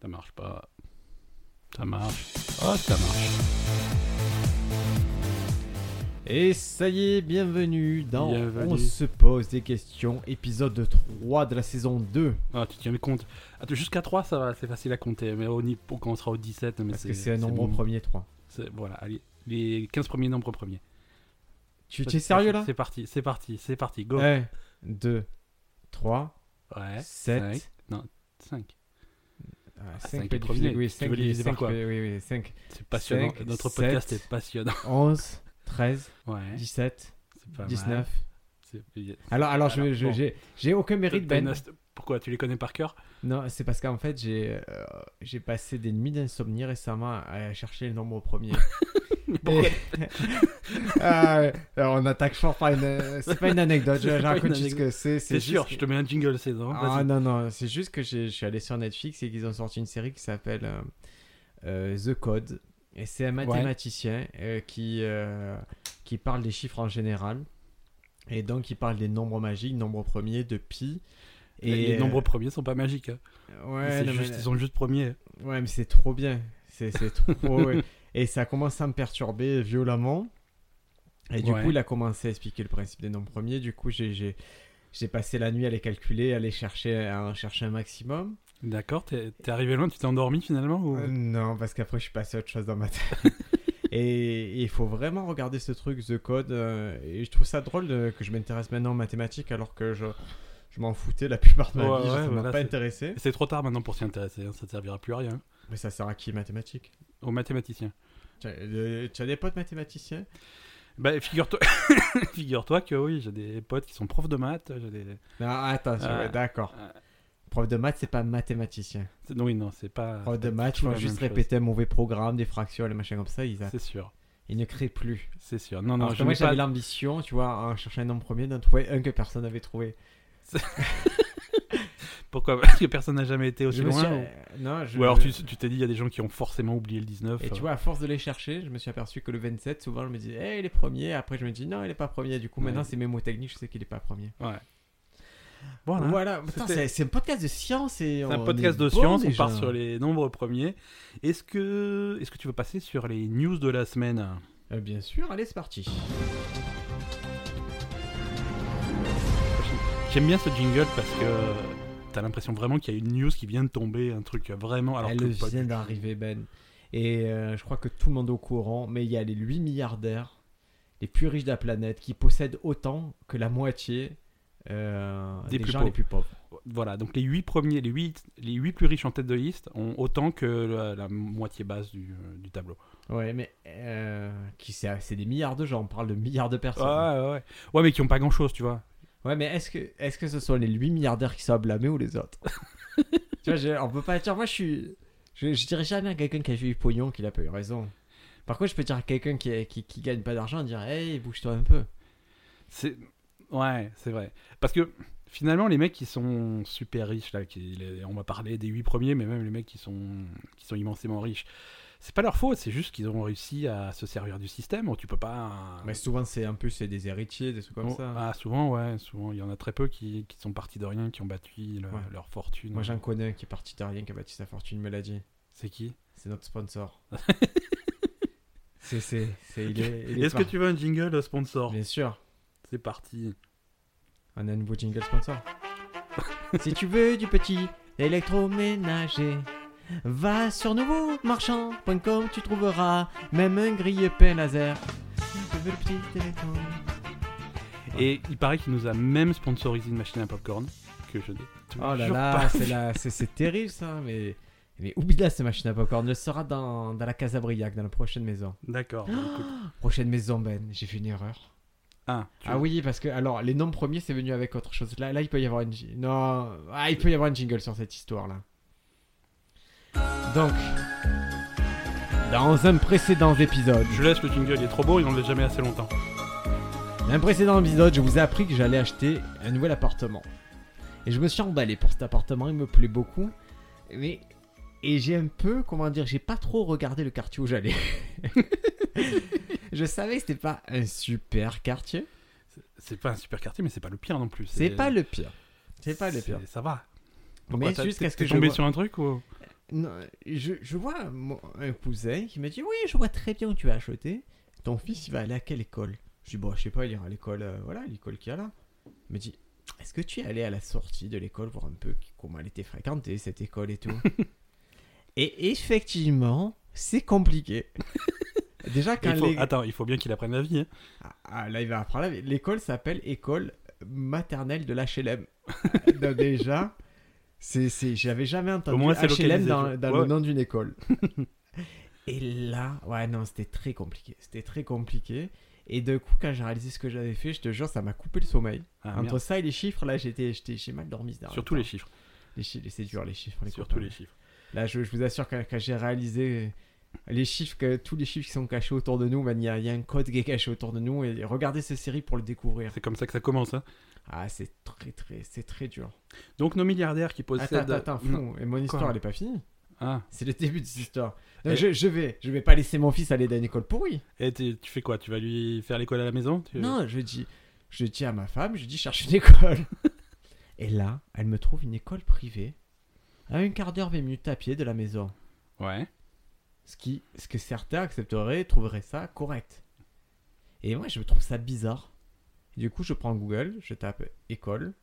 Ça marche pas. Ça marche. Oh, ça marche. Et ça y est, bienvenue dans Bienvenue. On se pose des questions, épisode 3 de la saison 2. Ah, tu tiens compte. Attends, Jusqu'à 3, ça va, c'est facile à compter. Mais au niveau, quand on sera au 17, mais Parce que c'est un bon. nombre premier 3. C'est- Voilà, allez. Les 15 premiers nombres premiers. Tu Ça, tu es c'est- sérieux là C'est parti, c'est parti, c'est parti, go. 1, 2, 3, ouais, 7, 5. cinq 5 les premiers. Tu veux les diviser par quoi Oui, oui, 5, C'est passionnant. Cinq, Notre podcast sept. est passionnant. 11, 13, Ouais, 17, c'est pas mal. 19. C'est- Alors, alors, je- Alors, je- bon. j'ai j'ai aucun mérite, T'as une Ben. ast- Pourquoi Tu les connais par cœur Non, c'est parce qu'en fait, j'ai euh, j'ai passé des nuits d'insomnie récemment à chercher le nombre premier. pourquoi Ah ouais, alors on attaque fort par une. C'est pas une anecdote, C'est je pas je une raconte juste ce anecdote. que c'est. C'est C'est sûr, juste je que- te mets un jingle, c'est bon. Ah vas-y. non, non, c'est juste que j'ai- je suis allé sur Netflix et qu'ils ont sorti une série qui s'appelle euh, euh, The Code. Et c'est un mathématicien euh, qui, euh, qui parle des chiffres en général. Et donc il parle des nombres magiques, nombres premiers, de pi. Et euh, les nombres premiers sont pas magiques. hein. ouais, C'est non, mais- juste- Ils sont juste premiers. Ouais, mais c'est trop bien. C'est c'est trop. ouais. Et ça commence à me perturber violemment. Et du Ouais. coup, il a commencé à expliquer le principe des nombres premiers. Du coup, j'ai- j'ai j'ai passé la nuit à les calculer, à les chercher, à en chercher un maximum. D'accord, t'es t'es arrivé loin, tu t'es endormi finalement ou... Euh, non, parce qu'après, je suis passé à autre chose dans ma tête. Et et il faut vraiment regarder ce truc, The Code. euh, et je trouve ça drôle de- que je m'intéresse maintenant aux mathématiques alors que je, je m'en foutais la plupart de ma Ouais, vie. ouais, ça m'a voilà, pas c'est- intéressé. C'est trop tard maintenant pour s'y intéresser, hein, ça ne servira plus à rien. Mais ça sert à qui, les mathématiques Aux mathématiciens. Tu as- euh, tu as des potes mathématiciens Bah figure-toi figure que oui, j'ai des potes qui sont profs de maths. j'ai Des... Non, attends, Ah. ouais, d'accord. Ah. Prof de maths, c'est pas mathématicien. c'est- Non, oui, non, c'est pas... Prof de c'est maths, tout ils la vont juste même chose. répéter un mauvais programme, des fractions, les machins comme ça, ils, a- C'est sûr, ils ne créent plus. c'est sûr. Non, non, Alors que je moi, n'ai pas... j'avais l'ambition, tu vois, en cherchant un nombre premier, d'en trouver un que personne n'avait trouvé. Pourquoi Parce que personne n'a jamais été aussi Je me loin. suis- ou- euh, Non, je... Ou alors tu tu t'es dit, il y a des gens qui ont forcément oublié le 19. Et euh, tu vois, à force de les chercher, je me suis aperçu que le 27, souvent, je me dis, eh, il est premier. Après, je me dis, non, il est pas premier. Du coup, maintenant, Ouais. c'est mes mots techniques, je sais qu'il est pas premier. Ouais. Voilà. Voilà. Putain, C'était- c'est c'est un podcast de science. et C'est un on podcast est de bon, science, on déjà. part sur les nombres premiers. Est-ce que, est que tu veux passer sur les news de la semaine Euh, bien sûr, allez, c'est parti. J'aime bien ce jingle parce que t'as l'impression vraiment qu'il y a une news qui vient de tomber, un truc vraiment. Alors Elle que pas vient du tout. d'arriver, Ben. Et euh, je crois que tout le monde est au courant, mais il y a les 8 milliardaires, les plus riches de la planète, qui possèdent autant que la moitié euh, Des des, plus gens les pauvres. plus pauvres. Voilà, donc les 8 premiers, les 8, les huit plus riches en tête de liste ont autant que la, la moitié basse du, euh, du tableau. Ouais, mais euh, qui c'est c'est des milliards de gens, on parle de milliards de Ouais, personnes. ouais, ouais. Ouais, mais qui ont pas grand chose, tu vois. Ouais, mais est-ce que, est que ce sont les 8 milliardaires qui sont à blâmer ou les autres Tu vois, je- on peut pas dire, moi je suis. Je, je dirais jamais à quelqu'un qui a eu du pognon qu'il a pas eu raison. Par contre, je peux dire à quelqu'un qui, qui, qui gagne pas d'argent, dire, hey, bouge-toi un peu. C'est ouais, c'est vrai. Parce que finalement, les mecs qui sont super riches là, qui, les- on va parler des huit premiers, mais même les mecs qui sont qui sont immensément riches, c'est pas leur faute. C'est juste qu'ils ont réussi à se servir du système. Oh, Tu peux pas. Mais souvent, c'est un peu c'est des héritiers, des trucs comme Ah. Oh, ça. ah, souvent, ouais, souvent, il y en a très peu qui, qui sont partis de rien, qui ont battu le- Ouais. leur fortune. Moi, j'en connais un qui est parti de rien, qui a bâti sa fortune, me l'a dit. C'est qui C'est notre sponsor. c'est, c'est, c'est, il est. il est Est-ce que par- tu veux un jingle sponsor Bien sûr, C'est parti. on a un nouveau jingle sponsor. si tu veux du petit électroménager, va sur nouveaumarchand.com, tu trouveras même un grille-pain laser. Tu veux le petit électro- Et il paraît qu'il nous a même sponsorisé une machine à popcorn que je n'ai Oh là toujours là, pas c'est, vue. la- c'est, c'est terrible ça, mais. Mais oublie là cette machine à popcorn, elle sera dans, dans la Casa Briac, dans la prochaine maison. D'accord. bah, écoute. Prochaine maison, Ben, j'ai fait une erreur. Ah, tu- Ah oui, parce que alors les noms premiers c'est venu avec autre chose. Là, là il peut y avoir une ji- non, ah, il peut y avoir une jingle sur cette histoire là. Donc, dans un précédent épisode, Je laisse le jingle, il est trop beau, il n'en est jamais assez longtemps. dans un précédent épisode, je vous ai appris que j'allais acheter un nouvel appartement. Et je me suis emballé pour cet appartement, il me plaît beaucoup. Mais et j'ai un peu, comment dire, j'ai pas trop regardé le quartier où j'allais. je savais que c'était pas un super quartier. C'est- C'est pas un super quartier, mais c'est pas le pire non plus. C'est pas le pire. C'est pas le pire. Ça va. Mais t'as- jusqu'à t'es- ce que t'es je tombé vois- sur un truc ou Non, je, je vois mon- un cousin qui me dit Oui, je vois très bien où tu vas acheter. Ton fils, il va aller à quelle école Je dis Bon, je sais pas, il ira à l'école, euh, voilà, l'école qu'il y a là. Il me dit Est-ce que tu es allé à la sortie de l'école voir un peu qui- comment elle était fréquentée, cette école et tout Et effectivement, c'est compliqué. Déjà, quand Il faut- les- Attends, il faut bien qu'il apprenne la vie. hein. ah, ah, là, il va apprendre. la- L'école s'appelle École maternelle de l'HLM. Donc déjà, c'est, c'est, j'avais jamais entendu moins, c'est HLM localisé, dans, tu- dans ouais, le ouais. nom d'une école. Et là, ouais, non, c'était très compliqué. C'était très compliqué. Et d'un coup, quand j'ai réalisé ce que j'avais fait, je te jure, ça m'a coupé le sommeil. Ah, Entre merde. ça et les chiffres, là, j'étais, j'étais, j'ai mal dormi. ces derniers Surtout temps. les chiffres. les chiffres. C'est dur, les chiffres. les Surtout copains. les chiffres. Là, je, je vous assure, quand, quand j'ai réalisé les chiffres, que, tous les chiffres qui sont cachés autour de nous, man, il y, a- il y a un code qui est caché autour de nous, et regardez cette série pour le découvrir. C'est comme ça que ça commence. hein. Ah, c'est très, très, c'est très dur. Donc nos milliardaires qui possèdent. Attends, attends, attends, Non. fou, et mon histoire, elle est pas finie. Ah. C'est le début de cette histoire. Non, Et- je, je vais, je vais pas laisser mon fils aller dans une école pourrie. Et t'es- tu fais quoi Tu vas lui faire l'école à la maison Tu- Non, je dis, je dis à ma femme, je dis cherche une école. et là, elle me trouve une école privée, à un quart d'heure, 20 minutes à pied de la maison. Ouais. Ce, qui, ce que certains accepteraient, trouveraient ça correct. Et moi, je trouve ça bizarre. Du coup, je prends Google, je tape école,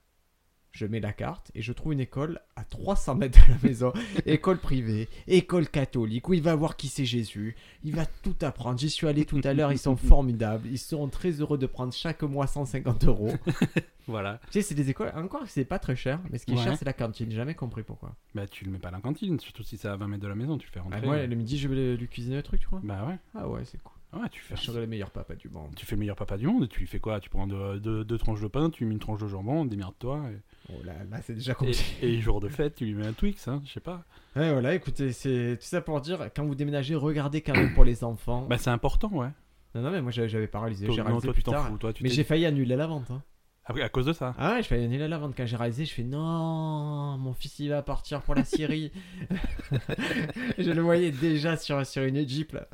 je mets la carte et je trouve une école à 300 mètres de la maison. école privée, école catholique, où il va voir qui c'est Jésus. Il va tout apprendre. J'y suis allé tout à l'heure, ils sont formidables. Ils seront très heureux de prendre chaque mois 150 euros. Voilà. tu sais, c'est des écoles, encore que c'est pas très cher, mais ce qui est Ouais. cher, c'est la cantine. J'ai jamais compris pourquoi. Bah tu le mets pas à la cantine, surtout si c'est à 20 mètres de la maison, tu le fais Ah, rentrer. moi, le midi, je vais lui cuisiner un truc, tu crois Bah euh. ouais. Ah ouais, c'est cool. Ouais, tu fais. Je serai le meilleur papa du monde. Tu fais le meilleur papa du monde, tu lui fais quoi Tu prends deux, deux- deux tranches de pain, tu mets une tranche de jambon, démerde-toi. et- Oh là, là c'est déjà Et, compliqué. et, jour de fête, tu lui mets un Twix, hein, je sais pas. Ouais, voilà, écoutez, c'est tout ça pour dire, quand vous déménagez, regardez quand même pour les enfants. Bah c'est important, ouais. Non, non, mais moi j'avais j'avais pas réalisé, j'ai Toi, non, réalisé toi plus tu t'en tard. fous, toi tu Mais t'es- j'ai failli annuler la vente. hein. Ah oui, à cause de ça. Ah ouais, j'ai failli annuler la vente. Quand j'ai réalisé, je fais non, mon fils il va partir pour la Syrie. je le voyais déjà sur, sur une Jeep là.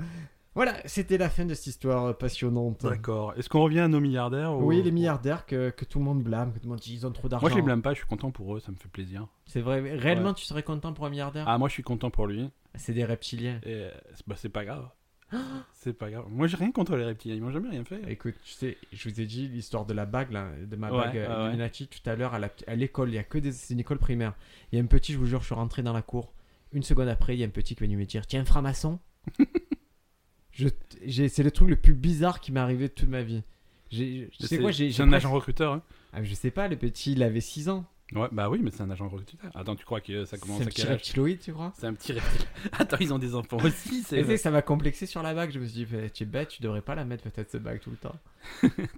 Voilà, c'était la fin de cette histoire passionnante. D'accord. Est-ce qu'on revient à nos milliardaires ou- Oui, les milliardaires que, que tout le monde blâme, que tout le monde dit ils ont trop d'argent. Moi je les blâme pas, je suis content pour eux, ça me fait plaisir. C'est vrai, mais réellement tu serais content pour un milliardaire Ah moi je suis content pour lui. C'est des reptiliens. Et euh, c'est- bah, c'est pas grave. C'est pas grave. Moi j'ai rien contre les reptiliens, ils m'ont jamais rien fait. Écoute, tu sais, je vous ai dit l'histoire de la bague, là, de ma Ouais, bague euh, ouais, ouais. Illuminati tout à l'heure à la- à l'école. Il y a que des, c'est une école primaire. Il y a un petit, je vous jure, je suis rentré dans la cour. Une seconde après, il y a un petit qui est venu me dire, tiens, franc-maçon. Je- j'ai- c'est le truc le plus bizarre qui m'est arrivé de toute ma vie. J'ai- je- Tu sais quoi, j'ai, c'est j'ai un presque- agent recruteur. hein. Ah, je sais pas, le petit, il avait 6 ans. Ouais, bah oui, mais c'est un agent recruteur. Attends, tu crois que euh, ça commence c'est un à petit quel âge reptiloïde, tu crois C'est un petit reptile. Attends, ils ont des enfants aussi. Et c'est- tu sais, ça m'a complexé sur la bague. Je me suis dit, Fais, tu es bête, tu devrais pas la mettre peut-être cette bague tout le temps.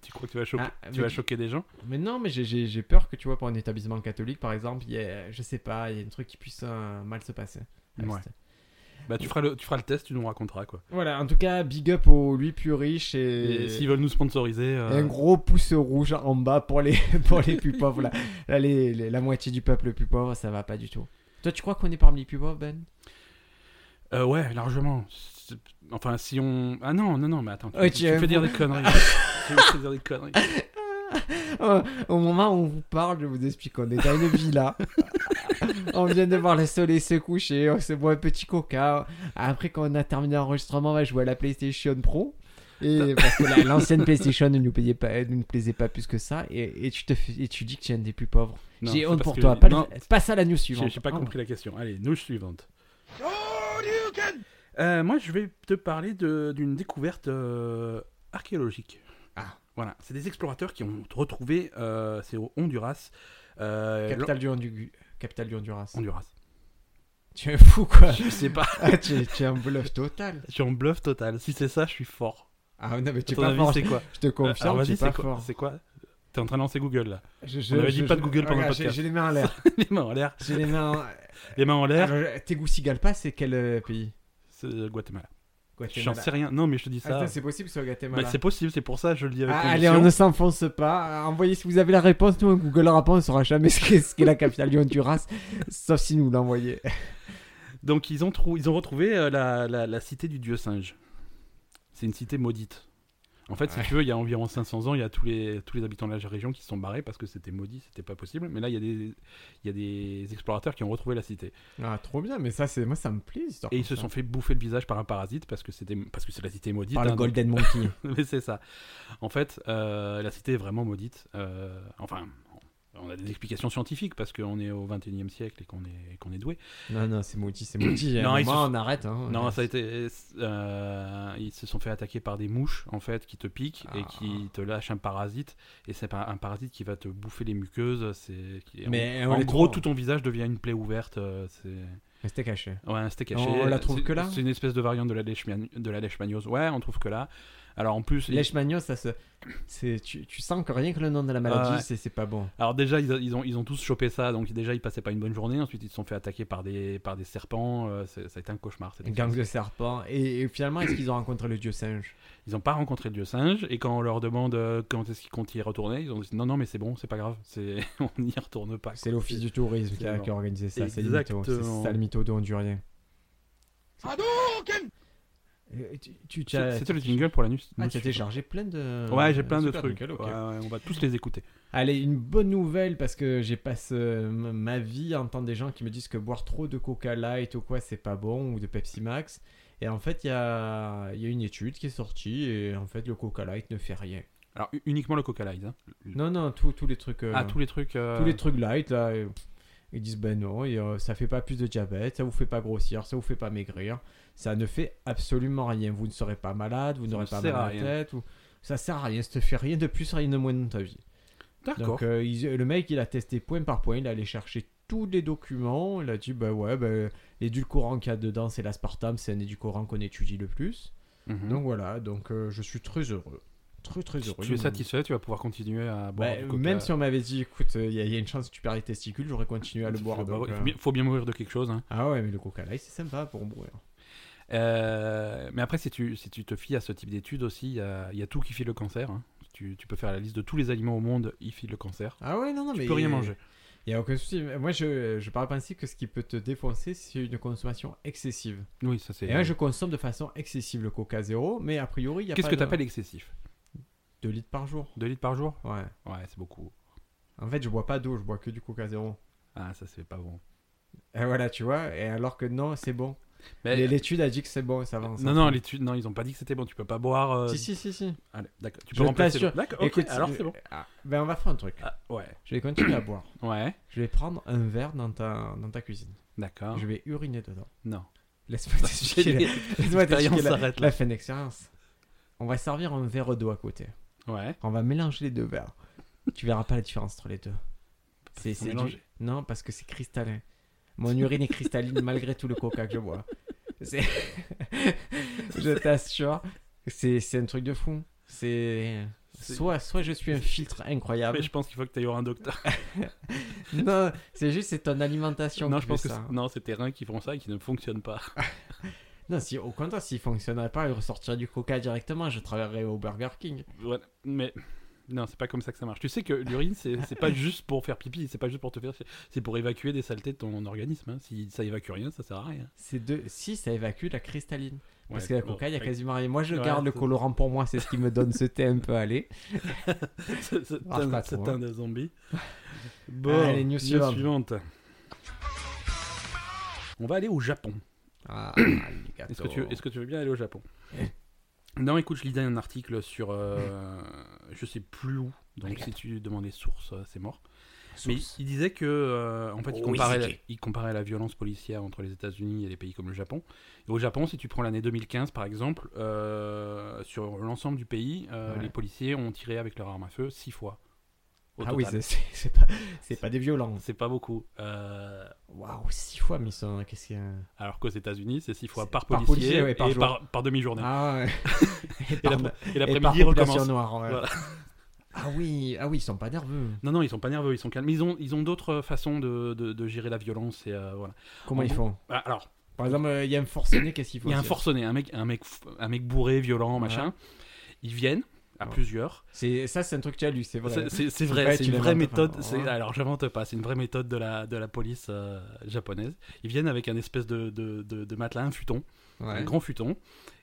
tu crois que tu vas choquer, Ah, tu mais- vas choquer des gens Mais non, mais j'ai- j'ai j'ai peur que tu vois, pour un établissement catholique, par exemple, il y a, je sais pas, il y a un truc qui puisse euh, mal se passer. Ah, Ouais. c'est- Bah tu feras le, tu feras le test, tu nous raconteras quoi. Voilà, en tout cas, big up aux lui plus riche et, Et s'ils veulent nous sponsoriser, euh, et un gros pouce rouge en bas pour les, pour les plus pauvres. Là, Là, les- les- la moitié du peuple plus pauvre, ça va pas du tout. Toi, tu crois qu'on est parmi les plus pauvres, Ben euh, ouais, largement. C'est- Enfin, si on, ah non, non, non, mais attends, tu, Ouais, tu tu me aimes- fais dire des conneries. tu me fais dire des conneries. Euh, Au moment où on vous parle, je vous explique qu'on est dans une villa. on vient de voir le soleil se coucher, on se boit un petit coca. Après, quand on a terminé l'enregistrement, on va jouer à la PlayStation Pro. Et parce que la- l'ancienne PlayStation ne nous, payait pas, ne nous plaisait pas plus que ça. Et, et tu te fais- et tu dis que tu es un des plus pauvres. Non, J'ai c'est honte parce pour que- toi. Pas, le- non, pas ça la news J'ai suivante. j'ai pas Ah, compris la question. Allez, nous suivante. Euh, moi, je vais te parler de- d'une découverte euh, archéologique. Ah. Voilà, c'est des explorateurs qui ont retrouvé, euh, c'est au Honduras. euh, Capitale du, Hondu- capitale du Honduras. l'Hon- Honduras. Tu es fou quoi. Je sais pas, Ah, tu, es, tu es un bluff total. je suis en bluff total. Si c'est ça, je suis fort. Ah non, mais tu À es ton pas avis, fort. c'est Ah, quoi Je te Alors, confirme, tu vas-y, es pas c'est quoi fort. C'est quoi T'es en train de lancer Google là. Je, je- On avait dit je- pas de Google pendant le Regarde, j'ai- podcast. J'ai les mains en l'air. Les mains en l'air. J'ai les mains en- Les mains en l'air. euh, Alors, Tegucigalpa, c'est quel euh, pays C'est Guatemala. J'en Guatemala. sais rien. Non, mais je te dis Ah, ça. putain, c'est possible que ce soit Bah, Guatemala. c'est possible, c'est pour ça que je le dis avec Ah, allez, conviction. on ne s'enfonce pas. Envoyez si vous avez la réponse. Nous, on Google Rap, on ne saura jamais ce qu'est ce qu'est la capitale du Honduras, sauf si nous l'envoyez. Donc ils ont, trou- ils ont retrouvé euh, la, la- la cité du dieu singe. C'est une cité maudite. En fait, si tu veux, il y a environ 500 ans, il y a tous les, tous les habitants de la région qui se sont barrés parce que c'était maudit, c'était pas possible. Mais là, il y, a des- il y a des explorateurs qui ont retrouvé la cité. Ah, trop bien, mais ça, c'est moi, ça me plaît. cette histoire Et ils comme se ça. sont fait bouffer le visage par un parasite parce que c'était parce que c'est la cité maudite. Par le hein, Golden Monkey. donc- Mais c'est ça. En fait, euh, la cité est vraiment maudite. Euh, enfin, on a des explications scientifiques parce qu'on est au 21e siècle et qu'on est qu'on est doué. non, non, c'est maudit, c'est maudit. Non, non, ils se- on arrête. Hein, Non, ça a été. euh, ils se sont fait attaquer par des mouches en fait qui te piquent et Ah. qui te lâchent un parasite. Et c'est pas un parasite qui va te bouffer les muqueuses. C'est. qui- Mais euh, en, on en les gros, trouve. tout ton visage devient une plaie ouverte. euh, C'est. Mais C'était caché. Ouais, un steak haché. On la trouve C'est- que là C'est une espèce de variante de la lèche mian- de la lèche magnose. Ouais, on trouve que là. Alors en plus, ils- Leishmanios, ça se. c'est- Tu, tu sens que rien que le nom de la maladie, Ah ouais. c'est- c'est pas bon. alors déjà ils, ils ont ils ont tous chopé ça, donc déjà ils passaient pas une bonne journée. Ensuite ils se sont fait attaquer par des par des serpents. euh, c'est- ça a été un cauchemar. cette Gang de serpents. Et, et finalement, est-ce qu'ils ont rencontré le dieu singe Ils n'ont pas rencontré le dieu singe, et quand on leur demande euh, quand est-ce qu'ils comptent y retourner, ils ont dit non, non, mais c'est bon, c'est pas grave, c'est... on n'y retourne pas. C'est l'office du tourisme qui a, Exactement. qui a organisé ça. C'est les mythos. Ah, Exactement. C'est ça le mytho de Hondurien. Euh, Tu, tu, tu as- C'est- C'était le jingle pour la nuit. Ah, tu as téléchargé plein de. Ouais, j'ai plein de Super, trucs. nickel, ok. Ouais, ouais, on va tous les écouter. Allez, une bonne nouvelle parce que j'ai passé euh, m- ma vie à entendre des gens qui me disent que boire trop de Coca Light ou quoi, c'est pas bon, ou de Pepsi Max. Et en fait, il y a, il y a une étude qui est sortie et en fait, le Coca Light ne fait rien. Alors u- uniquement le Coca Light. hein. Non, non, tous tous les trucs. euh, Ah, tous les trucs. euh, tous les trucs light, là, euh, ils disent ben non, et, euh, ça fait pas plus de diabète, ça vous fait pas grossir, ça vous fait pas maigrir, ça ne fait absolument rien. Vous ne serez pas malade, vous Ça n'aurez ne pas sert mal à à la rien. tête, ou... ça sert à rien, ça te fait rien de plus, rien de moins dans ta vie. D'accord. Donc euh, ils- le mec, il a testé point par point, il a allé chercher tous les documents, il a dit ben ouais, ben, l'édulcorant qu'il y a dedans, c'est l'aspartame, c'est un édulcorant qu'on étudie le plus. Mhm. Donc voilà, donc euh, je suis très heureux. Très très Si heureux. tu es Mon- satisfait, tu vas pouvoir continuer à boire. bah, du coca. même si on m'avait dit, écoute, il y, a- y a une chance que tu perds les testicules, j'aurais continué à le boire. Bah, donc, il euh, faut bien, faut bien mourir de quelque chose. hein. Ah ouais, mais le coca light, c'est sympa pour boire. Euh, mais après, si tu, si tu te fies à ce type d'études aussi, il y a, il y a tout qui file le cancer. hein. Tu, tu peux faire la liste de tous les aliments au monde, ils filent le cancer. Ah ouais, non, non, Tu mais. peux rien manger. Il n'y a aucun souci. Moi, je, je parle principe que ce qui peut te défoncer, c'est une consommation excessive. Oui, ça c'est. Et moi, je consomme de façon excessive le coca zéro, mais a priori, il y a Qu'est-ce pas que de- t'appelles excessif 2 litres par jour. 2 litres par jour Ouais. Ouais, c'est beaucoup. En fait, je bois pas d'eau, je bois que du coca zéro. Ah, ça c'est pas bon. Et voilà, tu vois, et alors que non, c'est bon. Mais- euh, Et L'étude a dit que c'est bon, ça va. on s'en non, non, fout. l'étude, non, ils ont pas dit que c'était bon. Tu peux pas boire. euh, Si, si, si, si. Allez, d'accord. Tu Je peux remplacer. t'assure. D'accord, ok, Écoute, alors je- c'est bon. Ah, ben, on va faire un truc. Ah, ouais, Je vais continuer à boire. ouais, Je vais prendre un verre dans ta, dans ta cuisine. d'accord. Je vais uriner dedans. Non. Laisse-moi t'expliquer la- laisse-moi L'expérience t'expliquer la, s'arrête la là. fin d'expérience. On va servir un verre d'eau à côté. Ouais. On va mélanger les deux verres. tu verras pas la différence entre les deux. C'est qu'ils sont c'est du... mélangés. Non, parce que c'est cristallin. Mon urine est cristalline malgré tout le coca que je bois. C'est- je t'assure, c'est c'est un truc de fou. C'est C'est- soit soit je suis un filtre incroyable. Ah, Mais je pense qu'il faut que t'ailles voir un docteur. Non, c'est juste c'est ton alimentation. non, qui je fait pense que ça. c'est- non, c'est tes reins qui font ça et qui ne fonctionnent pas. Non, si, au contraire, s'il fonctionnerait pas, il ressortirait du coca directement. Je travaillerais au Burger King. Voilà. Mais non, c'est pas comme ça que ça marche. Tu sais que l'urine, c'est c'est pas juste pour faire pipi, c'est pas juste pour te faire. chier. C'est pour évacuer des saletés de ton organisme. hein. Si ça évacue rien, ça sert à rien. C'est deux. Si, ça évacue la cristalline. Parce Ouais, que la bon, coca, il y a ouais. quasiment rien. Moi, je Ouais, garde le c'est- colorant pour moi. C'est ce qui me donne ce thé un peu allé. C'est c'est marche un pas c'est trop, hein. un des zombies. Bon, Allez, news news suivante. suivante. On va aller au Japon. Ah, Est-ce que, tu veux- est-ce que tu veux bien aller au Japon Non, écoute, je lisais un article sur. euh, je sais plus où. Donc, si tu demandes les sources, euh, c'est mort. Mais il- il disait que, euh, en fait, il Oh, comparait, la, Isiki. il comparait la violence policière entre les États-Unis et les pays comme le Japon. Et au Japon, si tu prends l'année 2015 par exemple, euh, sur l'ensemble du pays, euh, Ouais. les policiers ont tiré avec leur arme à feu six fois. Au Ah total. oui, c'est- c'est c'est pas, c'est pas des violences. c'est pas beaucoup. Euh, Waouh, six fois, mais ils sont. Qu'est-ce qu'il y a alors qu'aux États-Unis, c'est six fois C'est- par par policier, policier, ouais, par et jour. par, par demi-journée. Ah ouais. Et et par- l'après- et et par l'après-midi, ils population recommencent. noire, ouais. Voilà. Ah oui, ah oui, ils sont pas nerveux. Non, non, ils sont pas nerveux, ils sont calmes. Ils ont, ils ont d'autres façons de, de- de gérer la violence. Et, euh, voilà. Comment En ils gros- font Ah, Alors, Par exemple, euh, il y a un forcené, qu'est-ce qu'il faut Il y a un aussi forcené, un mec, un mec, f- un mec bourré, violent, machin. Ils viennent à Ouais. plusieurs. C'est ça, c'est un truc que tu as lu, c'est vrai. C'est- C'est c'est Ouais, vrai, tu c'est une l'inventes vraie pas, méthode. ouais. c'est- Alors, j'invente pas, c'est une vraie méthode de la, de la police euh, japonaise. Ils viennent avec un espèce de, de, de- de matelas, un futon, Ouais. un grand futon,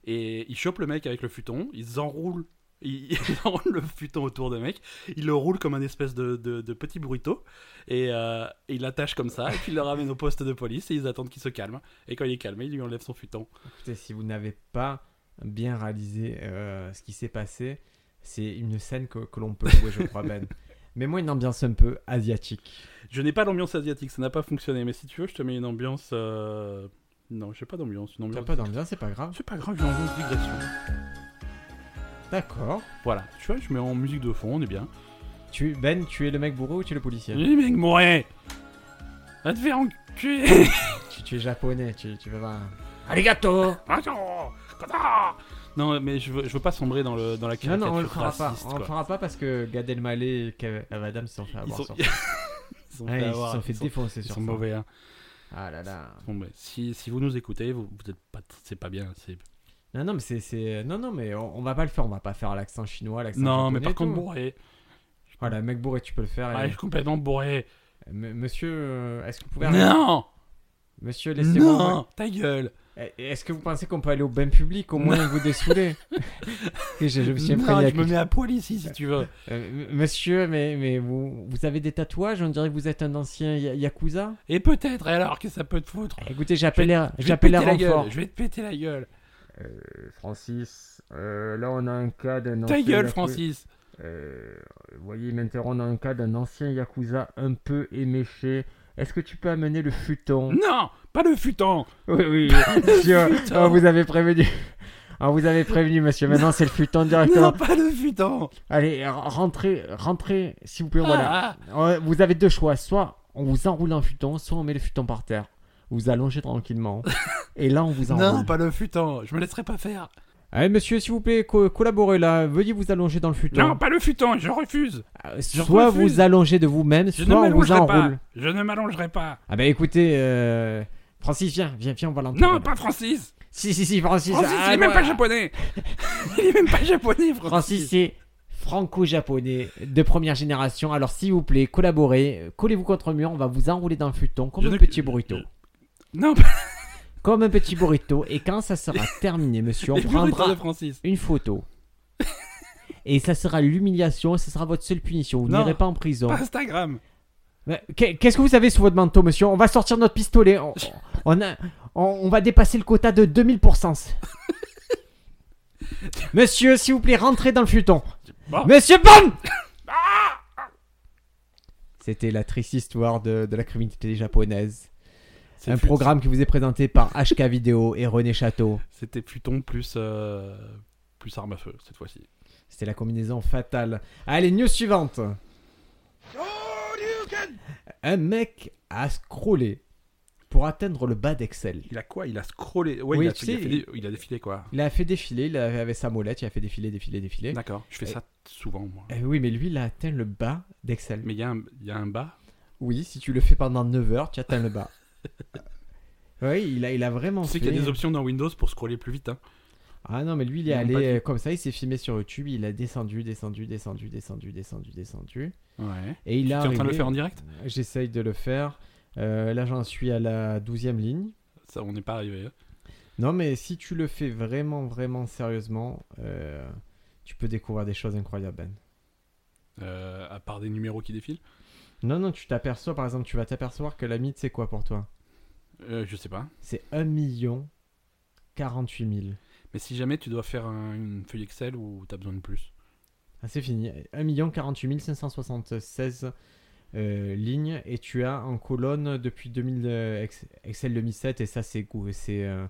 et ils chopent le mec avec le futon, ils enroulent Il, il enroule le futon autour de mec, il le roule comme un espèce de, de- de petit burrito, et euh, et il l'attache comme ça, et puis il le ramène au poste de police, et ils attendent qu'il se calme. Et quand il est calmé, il lui enlève son futon. Écoutez, si vous n'avez pas bien réalisé euh, ce qui s'est passé, c'est une scène que, que l'on peut jouer, je crois, Ben. Mais moi, une ambiance un peu asiatique. Je n'ai pas l'ambiance asiatique, ça n'a pas fonctionné, mais si tu veux, je te mets une ambiance... euh, Non, j'ai pas d'ambiance. une T'as ambiance... pas d'ambiance, c'est pas grave. C'est pas grave, j'ai une ambiance digression. D'accord. Voilà, tu vois, je mets en musique de fond, on est bien. Tu, ben, tu es le mec bourré ou tu es le policier Les mecs mourir Va te faire enculer tu, tu es japonais, tu, tu veux pas... Arigato Arigato Kata Non, mais je veux, je veux pas sombrer dans, le, dans la Non, caricature non, on le fera pas. raciste, On quoi. Ah, le bah, fera pas parce que Gad Elmaleh et Kev- Kev Adams se sont fait Ils avoir. sont, sur- ils se sont Ouais, fait ils avoir, se sont fait ils sont- défoncer ils sur sont ça. mauvais, hein. Ah là là. Bon, mais si, si vous nous écoutez, vous, vous êtes pas, c'est pas bien. C'est... Non, non, mais c'est- c'est. Non, non, mais on, on va pas le faire. On va pas faire l'accent chinois, l'accent Non, japonais mais par et contre, tout. bourré. Voilà, mec bourré, tu peux le faire. Ouais, et- je suis complètement bourré. M- Monsieur, euh, est-ce que vous pouvez. Non Monsieur, laissez-moi. Non Ta gueule Eh, Est-ce que vous pensez qu'on peut aller au bain public au moins vous dessouder Et je, je me suis imprégné Non, avec- je me mets à poil ici si tu veux. Euh, m- Monsieur, mais, mais vous, vous avez des tatouages On dirait que vous êtes un ancien ya- yakuza Et peut-être, et alors, qu'est-ce que ça peut te foutre Je Écoutez, vais- j'appelle l'air- Je vais te j'appelle péter l'air la renfort. gueule. Je vais te péter la gueule. Euh, Francis, euh, là on a un cas d'un Euh, Ta gueule, Francis vous voyez, maintenant on a un cas d'un ancien yakuza un peu éméché. Est-ce que tu peux amener le futon Non Pas le futon Oui, oui, oui. monsieur, Putain. on vous avait prévenu. On vous avait prévenu, monsieur. Maintenant, c'est le futon Non, directement. pas le futon Allez, r- rentrez, rentrez, s'il vous plaît. Voilà. Ah, Euh, Vous avez deux choix. Soit on vous enroule un futon, soit on met le futon par terre. Vous allongez tranquillement. Et là, on vous Non, enroule. pas le futon Je me laisserai pas faire Allez, monsieur, s'il vous plaît, co- collaborez là. Veuillez vous allonger dans le futon. Non, pas le futon Je refuse Euh, je soit refuse. vous allongez de vous-même, Je ne soit on vous m'allongerai pas enroule. Je ne m'allongerai pas Ah bah écoutez, euh, Francis, viens, viens, viens, on va l'entourer. Non, pas Francis Si, si, si, Francis. Francis, ah, il est même ouais. pas japonais Il est même pas japonais, Francis, Francis c'est franco-japonais de première génération. Alors, s'il vous plaît, collaborez, euh, collez-vous contre un mur, on va vous enrouler dans le futon comme Je un ne- petit burrito. je- Non, pas Comme un petit burrito. Et quand ça sera terminé, monsieur, on les burritos prendra de Francis une photo. Et ça sera l'humiliation, ça sera votre seule punition. Vous Non. n'irez pas en prison. Pas Instagram Mais qu'est- Qu'est-ce que vous avez sous votre manteau, monsieur On va sortir notre pistolet. On, on a- on- on va dépasser le quota de 2000%. monsieur, s'il vous plaît, rentrez dans le futon. Bon. Monsieur Bond Ah C'était la triste histoire de, de la criminalité japonaise. C'est Un fut- programme qui vous est présenté par HK Vidéo et René Château. C'était futon plus... euh, Plus arme à feu, cette fois-ci. C'était la combinaison fatale. Allez, news suivante. Un mec a scrollé pour atteindre le bas d'Excel. Il a quoi Il a scrollé. Ouais, Oui, il, a, tu il a sais, fait des- il a défilé quoi. Il a fait défiler, il avait avait sa molette, il a fait défiler, défiler, défiler. D'accord. Je fais Et- ça souvent moi. Euh, oui, mais lui, il a atteint le bas d'Excel. Mais il y, a un- il y a un bas. Oui, si tu le fais pendant 9 heures, tu atteins le bas. oui, il a, il a vraiment Tu sais fait... qu'il y a des options dans Windows pour scroller plus vite. Hein. Ah non, mais lui, il est Ils l'ont allé pas vu. euh, comme ça, il s'est filmé sur YouTube, il a descendu, descendu, descendu, descendu, descendu, descendu. Ouais. Et il Tu es a. en train de le arrivé- Euh, faire en direct J'essaye de le faire. Euh, là, j'en suis à la 12 ligne. Ça, on n'est pas arrivé. hein. Non, mais si tu le fais vraiment, vraiment sérieusement, euh, tu peux découvrir des choses incroyables, Ben. Euh, à part des numéros qui défilent. Non, non, tu t'aperçois, par exemple, tu vas t'apercevoir que la mythe, c'est quoi pour toi Euh, je sais pas. C'est 1 million 48 000. Mais si jamais tu dois faire un- une feuille Excel où t'as besoin de plus. Ah, c'est fini. 1 48 576 euh, lignes et tu as en colonne depuis 2000, euh, Ex- Excel 2007 et ça c'est cou- c'est euh,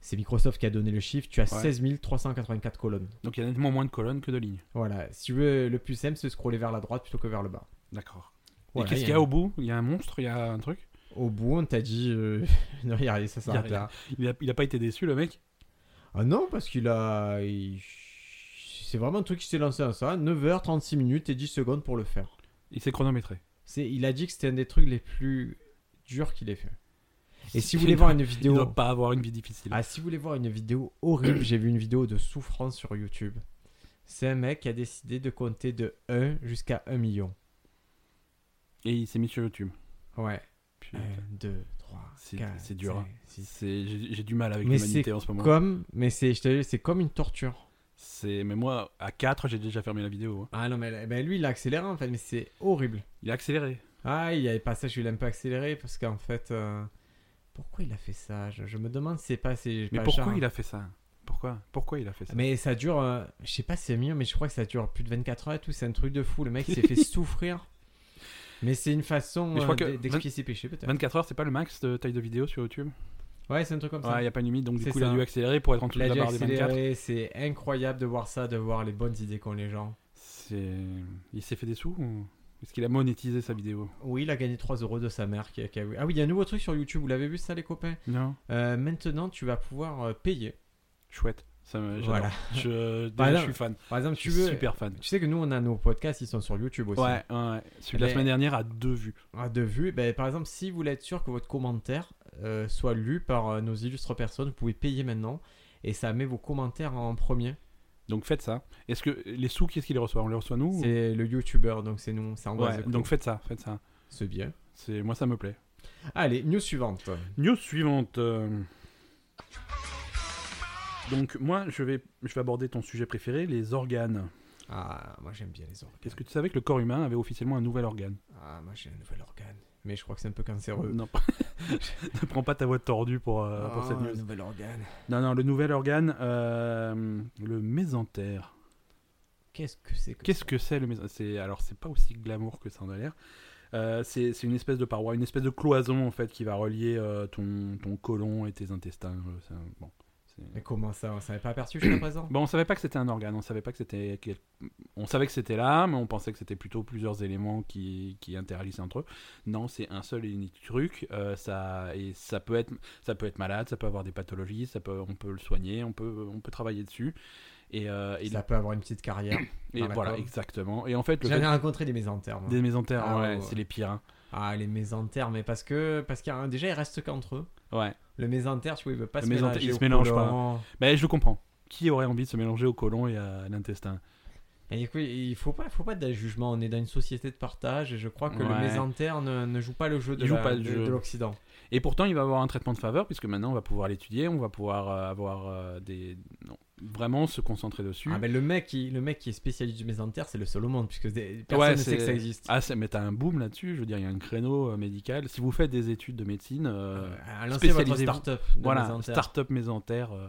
c'est Microsoft qui a donné le chiffre. Tu as Ouais. 16 384 colonnes. Donc il y a nettement moins de colonnes que de lignes. Voilà. Si tu veux le plus simple, c'est scroller vers la droite plutôt que vers le bas. D'accord. Voilà, Et qu'est-ce il y qu'il y a- a au bout Il y a un monstre Il y a un truc Au bout, on t'a dit euh, non, regardez, ça s'arrête Il y a- là. il a, il a pas été déçu le mec Ah non, parce qu'il a. il- C'est vraiment un truc qui s'est lancé à ça. 9h36 minutes et 10 secondes pour le faire. Il s'est chronométré. C'est, il a dit que c'était un des trucs les plus durs qu'il ait fait. Et si vous Il voulez voir doit- une Il vidéo, doit pas avoir une vie difficile. ah, si vous voulez voir une vidéo horrible, j'ai vu une vidéo de souffrance sur YouTube. C'est un mec qui a décidé de compter de 1 jusqu'à 1 million. Et il s'est mis sur YouTube. Ouais. Putain. 1, 2, 3, C'est- 4, c'est dur, hein. cinq, six. C'est- J'ai j'ai du mal avec Mais l'humanité en ce moment. Comme, mais c'est, je te dis, c'est comme une torture. C'est mais moi à 4, j'ai déjà fermé la vidéo. hein. Ah non, mais là- ben, lui, il a accéléré en fait, mais c'est horrible. Il a accéléré. Ah, il y a des passages où il a un peu accéléré parce qu'en fait. euh, Pourquoi il a fait ça je, je me demande si c'est pas. si- Mais pas pourquoi cher. hein. il a fait ça Pourquoi Pourquoi il a fait ça Mais ça dure, euh, je sais pas si c'est mieux, mais je crois que ça dure plus de 24 heures et tout. C'est un truc de fou. Le mec s'est fait souffrir. Mais c'est une façon Mais je crois que euh, d- d'expier ses péchés, peut-être. 24 heures, c'est pas le max de taille de vidéo sur YouTube Ouais, c'est un truc comme Ouais, il ça. n'y a pas une limite, donc du C'est coup, il a ça. dû accélérer pour être en dessous de La la j'ai barre des 24. accéléré, c'est incroyable de voir ça, de voir les bonnes idées qu'ont les gens. C'est... Il s'est fait des sous ou Est-ce qu'il a monétisé sa vidéo Oui, il a gagné 3 euros de sa mère. qui a- qui a- Ah oui, il y a un nouveau truc sur YouTube, vous l'avez vu ça, les copains Non. Euh, Maintenant, tu vas pouvoir euh, payer. Chouette. Ça me... j'adore. Voilà. Je... Bah déjà, non. je suis fan. Par exemple, Je tu suis veux. super fan. Tu sais que nous, on a nos podcasts, ils sont sur YouTube aussi. Ouais, ouais, ouais. Celui de la Mais- semaine dernière a deux vues. Ah, de vue, ben, par exemple, si vous voulez être sûr que votre commentaire euh, soit lu par euh, nos illustres personnes, vous pouvez payer maintenant et ça met vos commentaires en premier. Donc faites ça. Est-ce que les sous, qu'est-ce qu'il les reçoit On les reçoit nous ou- C'est le YouTuber, donc c'est nous, c'est Ouais, Angoisse. donc faites ça, faites ça. c'est bien. C'est... Moi, ça me plaît. Allez, news suivante. News suivante. euh. Donc moi, je vais... je vais aborder ton sujet préféré, les organes. Ah, moi j'aime bien les organes. Est-ce que tu savais que le corps humain avait officiellement un nouvel organe Ah, moi j'ai un nouvel organe. Mais je crois que c'est un peu cancéreux. Non, ne prends pas ta voix tordue pour, euh, pour cette Ah, news. un nouvel organe. Non, non, le nouvel organe, euh, le mésentère. Qu'est-ce que c'est que Qu'est-ce que c'est le mésentère c'est, Alors, c'est pas aussi glamour que ça en a l'air. Euh, c'est c'est une espèce de paroi, une espèce de cloison en fait qui va relier euh, ton, ton côlon et tes intestins. Euh, c'est un- bon, Mais c'est- comment ça On s'en est pas aperçu jusqu'à présent Bon, on savait pas que c'était un organe, on savait pas que c'était, quel- on savait que c'était là, mais on pensait que c'était plutôt plusieurs éléments qui, qui interagissaient entre eux. Non, c'est un seul et unique truc. euh, ça et ça peut être, ça peut être malade, ça peut avoir des pathologies, ça peut, on peut le soigner, on peut, on peut travailler dessus. Et, euh, et- Ça peut avoir une petite carrière. et dans la voilà, com. exactement. Et en fait, le J'en fait ai rencontré des mésentères. moi. des mésentères, Ah, ouais, ouais. c'est les pires. hein. Ah, les mésentères, mais parce que. Parce qu'il y a un- déjà, ils restent qu'entre eux. Ouais. Le mésentère, tu vois, il veut pas Le se mésentère, mélanger. il au se mélange colon. Mais je le comprends. Qui aurait envie de se mélanger au côlon et à l'intestin Et écoute, il faut pas, faut pas d'un jugement. On est dans une société de partage et je crois que le Ouais. mésentère ne, ne joue pas le jeu de Il joue la- pas le de- jeu. de l'Occident. Et pourtant, il va avoir un traitement de faveur, puisque maintenant, on va pouvoir l'étudier, on va pouvoir euh, avoir euh, des... non, vraiment se concentrer dessus. Ah, Ah, ben, le mec, qui, le mec qui est spécialiste du mésentère, c'est le seul au monde puisque des- personne ne c'est- Ah, sait que ça existe. c'est- mais t'as un boom là-dessus, je veux dire, il y a un créneau euh, médical. Si vous faites des études de médecine, euh, Euh, lancez votre spécialisez-vous. start-up de voilà, mésentère. start-up mésentère. euh,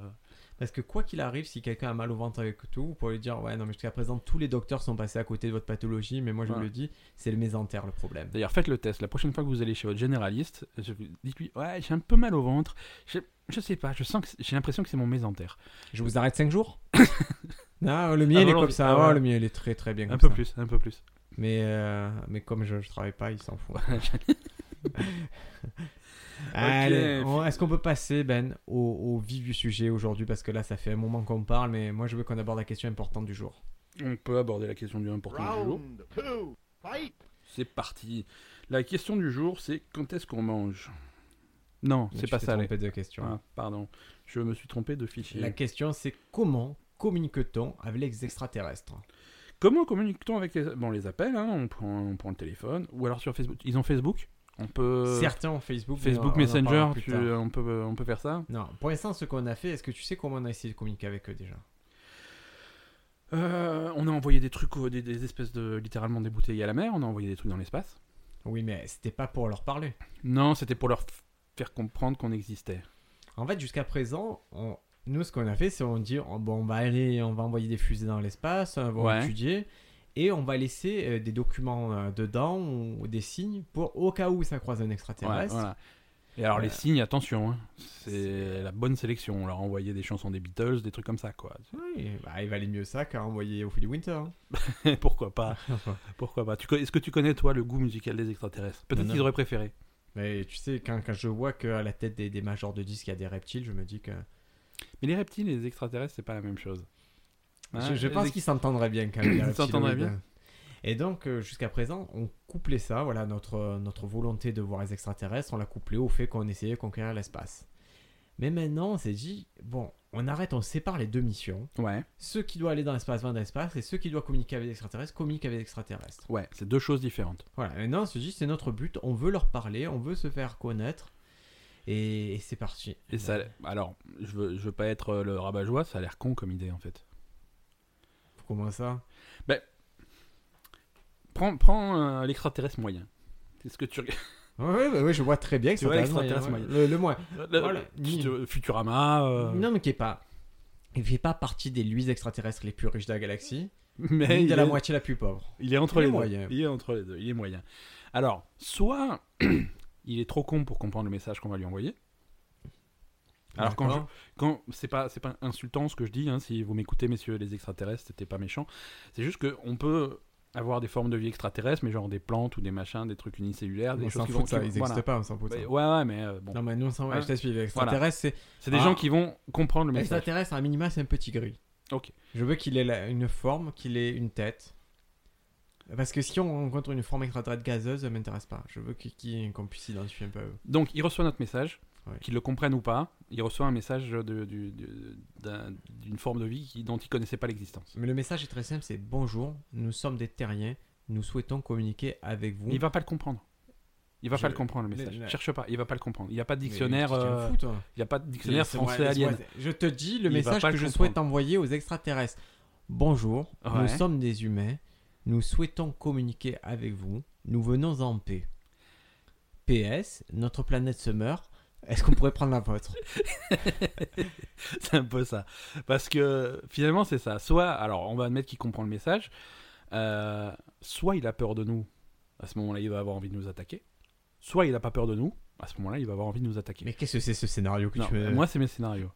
Parce que quoi qu'il arrive, si quelqu'un a mal au ventre avec tout, vous pouvez lui dire Ouais, non, mais jusqu'à présent, tous les docteurs sont passés à côté de votre pathologie, mais moi je vous Ouais. le dis, c'est le mésentère le problème. D'ailleurs, faites le test. La prochaine fois que vous allez chez votre généraliste, euh, je vous- dites-lui Ouais, j'ai un peu mal au ventre. Je, je sais pas, je sens que c'est- j'ai l'impression que c'est mon mésentère. Je vous arrête 5 jours Non, le mien Ah, il est voilà, comme ça. ah, Ouais, ouais. le mien il est très très bien. Un comme peu ça. plus, un peu plus. Mais, euh, mais comme je, je travaille pas, il s'en fout. Allez, Ok. on- est-ce qu'on peut passer, Ben, au, au vif du sujet aujourd'hui Parce que là, ça fait un moment qu'on parle, mais moi, je veux qu'on aborde la question importante du jour. On peut aborder la question du important du jour. Round two, fight! C'est parti. La question du jour, c'est quand est-ce qu'on mange Non, Tu c'est pas t'es ça. les- trompé de question. Ah, pardon, je me suis trompé de fichier. La question, c'est comment communique-t-on avec les extraterrestres Comment communique-t-on avec les... Bon, on les appelle, hein, on, prend, on prend le téléphone, ou alors sur Facebook. Ils ont Facebook On peut... Certains ont Facebook, mais on- on Euh, Facebook en Messenger, parlera plus tu- tard. on, peut, on peut faire ça Non, pour l'instant, ce qu'on a fait, est-ce que tu sais comment on a essayé de communiquer avec eux déjà Euh, On a envoyé des trucs, euh, des, des espèces de... littéralement des bouteilles à la mer, on a envoyé des trucs dans l'espace. Oui, mais c'était pas pour leur parler. Non, c'était pour leur f- faire comprendre qu'on existait. En fait, jusqu'à présent, on- nous, ce qu'on a fait, c'est on dit on- bon, on va aller, on va envoyer des fusées dans l'espace, on va Ouais. étudier, et on va laisser euh, des documents euh, dedans ou des signes pour au cas où ça croise un Ouais, extraterrestre. voilà. Et alors les Euh, signes, attention, hein, c'est la bonne sélection. On leur a envoyé des chansons des Beatles, des trucs comme ça, quoi. Oui, bah, il valait mieux ça qu'à envoyer Ophélie Winter. hein. Pourquoi pas Pourquoi pas Tu co- Est-ce que tu connais toi le goût musical des extraterrestres Peut-être Non, qu'ils non. auraient préféré. Mais tu sais, quand, quand je vois qu'à la tête des, des majors de disques, il y a des reptiles, je me dis que. Mais les reptiles et les extraterrestres, c'est pas la même chose. Hein, je, je les pense ex- qu'ils s'entendraient bien quand même. les Ils s'entendraient reptiloïdes. bien. Et donc, euh, jusqu'à présent, on couplait ça, voilà, notre, euh, notre volonté de voir les extraterrestres, on l'a couplé au fait qu'on essayait de conquérir l'espace. Mais maintenant, on s'est dit, bon, on arrête, on sépare les deux missions. Ouais, Ceux qui doivent aller dans l'espace vont dans l'espace, et ceux qui doivent communiquer avec les extraterrestres communiquent avec les extraterrestres. ouais, c'est deux choses différentes. Voilà, maintenant, on se dit, c'est notre but, on veut leur parler, on veut se faire connaître, et, et c'est parti. Et ça, alors, je veux, je veux pas être euh, le rabat-joie, ça a l'air con comme idée en fait. Comment ça Prends, prends euh, l'extraterrestre moyen. C'est ce que tu regardes. Ouais, ouais, ouais, ouais, je vois très bien que Tu ça vois, t'intéresse, l'extraterrestre ouais. moyen. Le, le moins. Le- Voilà. tu te- Futurama. euh, Non, mais qui est pas. Il fait pas partie des luises extraterrestres les plus riches de la galaxie. Mais Mais il il a la est, moitié la plus pauvre. il est entre il est les deux. moyen. Il est entre les deux. Il est moyen. Alors, soit il est trop con pour comprendre le message qu'on va lui envoyer. Alors quand, je- D'accord. quand c'est pas c'est pas insultant ce que je dis, hein, si vous m'écoutez messieurs les extraterrestres, c'était pas méchant. C'est juste que on peut avoir des formes de vie extraterrestres, mais genre des plantes ou des machins, des trucs unicellulaires, des on choses s'en qui fout vont. de ça, ils qui- n'existent voilà. pas, on s'en fout de ça. Ouais, ouais, ouais, mais euh, bon, Non, mais nous on s'en Voilà. ouais, je te suis. Les extraterrestres, c'est- c'est des Ah. gens qui vont comprendre le les message. extraterrestres, un minima, c'est un petit gris. Ok. Je veux qu'il ait la- une forme, qu'il ait une tête. Parce que si on rencontre une forme extraterrestre gazeuse, ça m'intéresse pas. Je veux qu'il- qu'il- qu'on puisse s'identifier un peu à eux. Donc, il reçoit notre message, Ouais. qu'il le comprenne ou pas, il reçoit un message de- du- du- d'un- d'une forme de vie qui- dont il connaissait pas l'existence. Mais le message est très simple, c'est bonjour, nous sommes des terriens, nous souhaitons communiquer avec vous. Il va pas le comprendre. Il va Je- pas le comprendre le le- message. le- Cherche pas, il va pas le comprendre. Il n'y a pas de Mais dictionnaire, tu t'en euh, fous, toi. il y a pas de dictionnaire français Laisse-moi- alien. laisse-moi- Je te dis le Il va message pas que le je comprendre. souhaite envoyer aux extraterrestres. Bonjour, Ouais. nous sommes des humains, nous souhaitons communiquer avec vous, nous venons en paix. PS, notre planète se meurt, est-ce qu'on pourrait prendre la vôtre c'est un peu ça. Parce que finalement, c'est ça. Soit, alors, on va admettre qu'il comprend le message, euh, soit il a peur de nous. À ce moment-là, il va avoir envie de nous attaquer. Soit il n'a pas peur de nous. À ce moment-là, il va avoir envie de nous attaquer. Mais qu'est-ce que c'est ce scénario que Non, tu veux Moi, c'est mes scénarios.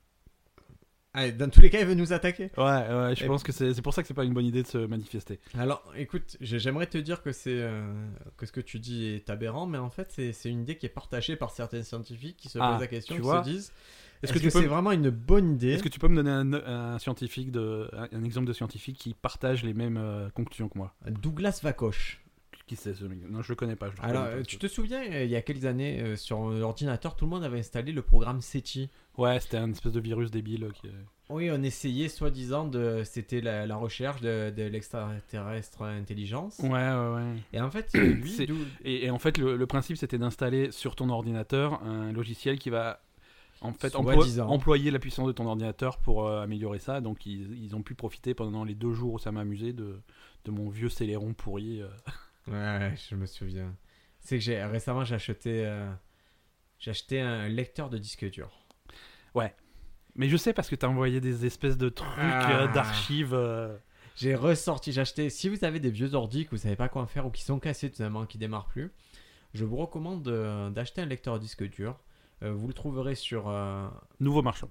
Ah, Dans tous les cas, il veut nous attaquer. Ouais, ouais, je Et- pense que c'est c'est pour ça que c'est pas une bonne idée de se manifester. Alors, écoute, j'ai- j'aimerais te dire que c'est euh, que ce que tu dis est aberrant, mais en fait, c'est c'est une idée qui est partagée par certains scientifiques qui se Ah, posent la question, tu qui vois. se disent Est-ce est-ce que que, tu peux- c'est vraiment une bonne idée Est-ce que tu peux me donner un, un scientifique de, un, un exemple de scientifique qui partage les mêmes euh, conclusions que moi Douglas Vacoche. Qui c'est ce mec Non, je le connais pas. Je le Alors, reconnais euh, pas, tu ce- te souviens, euh, il y a quelques années, euh, sur l'ordinateur, tout le monde avait installé le programme SETI. Ouais, c'était un espèce de virus débile. euh, Qui... Oui, on essayait soi-disant de. C'était la, la recherche de, de l'extraterrestre intelligence. Ouais, ouais, ouais. Et en fait, lui, Mm. C'est- d'où- Et, et en fait, le, le principe, c'était d'installer sur ton ordinateur un logiciel qui va en fait emplo- Soi-disant. employer la puissance de ton ordinateur pour euh, améliorer ça. Donc, ils, ils ont pu profiter pendant les deux jours où ça m'a amusé de, de mon vieux Céléron pourri. euh. Ouais, je me souviens. C'est que j'ai récemment j'ai acheté, euh, j'ai acheté un lecteur de disque dur. Mais je sais parce que t'as envoyé des espèces de trucs Ah. euh, d'archives. euh. J'ai ressorti, j'ai acheté. Si vous avez des vieux ordi que vous savez pas quoi en faire ou qui sont cassés tout simplement, qui démarrent plus, je vous recommande euh, d'acheter un lecteur disque dur. Euh, vous le trouverez sur euh, Nouveau marchand.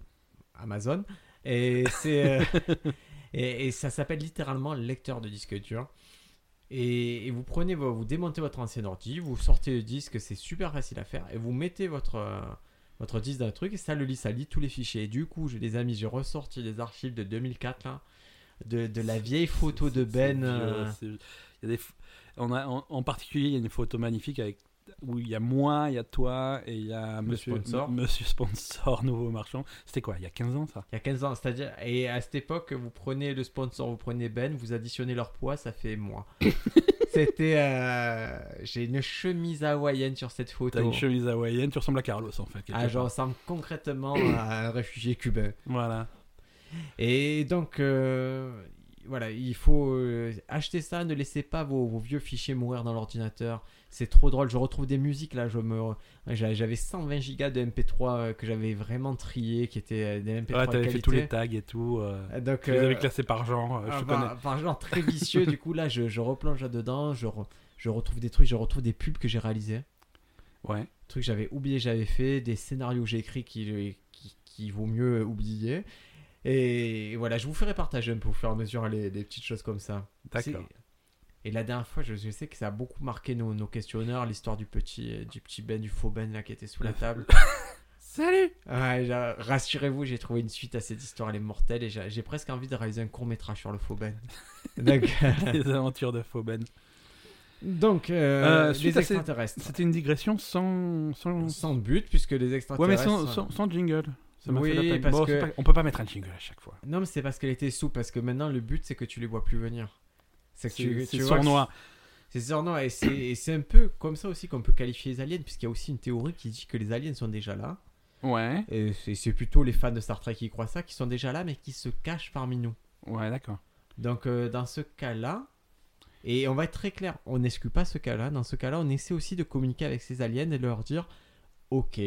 Amazon et c'est euh, et, et ça s'appelle littéralement lecteur de disque dur. Et, et vous prenez, vos- vous démontez votre ancien ordi, vous sortez le disque, c'est super facile à faire, et vous mettez votre, euh, votre disque dans le truc, et ça le lit, ça lit tous les fichiers. Et du coup, j'ai les amis, j'ai ressorti des archives de 2004, là, de, de la vieille photo de C'est Ben. vieux, euh, c'est- il y a des ph- on a, en, en particulier, il y a une photo magnifique avec où il y a moi, il y a toi et il y a Monsieur sponsor. M- Monsieur Sponsor, nouveau marchand. C'était quoi, il y a 15 ans ça Il y a 15 ans, c'est-à-dire, et à cette époque, vous prenez le sponsor, vous prenez Ben, vous additionnez leur poids, ça fait moi. C'était. euh, J'ai une chemise hawaïenne sur cette T'as photo. une chemise hawaïenne, tu ressembles à Carlos en fait. quelque Ah, je part. ressemble concrètement à un réfugié cubain. Voilà. Et donc, euh, voilà, il faut euh, acheter ça, ne laissez pas vos, vos vieux fichiers mourir dans l'ordinateur. C'est trop drôle, je retrouve des musiques là, je me... j'a- j'avais 120 gigas de MP3 euh, que j'avais vraiment trié, qui étaient euh, des MP3 Ouais, de t'avais fait qualité. tous les tags et tout. euh, Euh, Donc, tu les avais euh, classés par genre, euh, ah, je par, connais. par genre très vicieux, du coup là, je, je replonge là-dedans, je, re- je retrouve des trucs, je retrouve des pubs que j'ai réalisées. Ouais. trucs que j'avais oublié j'avais fait, des scénarios que j'ai écrits qui, euh, qui, qui vaut mieux oublier. Et voilà, je vous ferai partager un peu au fur et à mesure les, les petites choses comme ça. D'accord. C'est- Et la dernière fois, je, je sais que ça a beaucoup marqué nos, nos questionneurs, l'histoire du petit, du petit Ben, du faux Ben là qui était sous la table. Salut Ouais, là, rassurez-vous, j'ai trouvé une suite à cette histoire, elle est mortelle, et j'ai j'ai presque envie de réaliser un court métrage sur le faux Ben. Donc, Les aventures de Fauben. donc Euh, euh, suite les à ces- extraterrestres. C'était une digression sans. sans... Sans but, puisque les Ouais, mais extraterrestres. sans, sans, sans jingle. Ça m'a Oui, fait la peine. parce Bon, c'est que- pas- On peut pas mettre un jingle à chaque fois. Non, mais c'est parce qu'elle était sous, parce que maintenant le but c'est que tu les vois plus venir. C'est que tu, C'est tu c'est vois que sournois. C'est sournois, et c'est et c'est un peu comme ça aussi qu'on peut qualifier les aliens, puisqu'il y a aussi une théorie qui dit que les aliens sont déjà là. Ouais. Et c'est c'est plutôt les fans de Star Trek qui croient ça, qui sont déjà là, mais qui se cachent parmi nous. Ouais, d'accord. Donc euh, dans ce cas-là, et on va être très clair, on n'exclut pas ce cas-là. Dans ce cas-là, on essaie aussi de communiquer avec ces aliens et de leur dire Ok,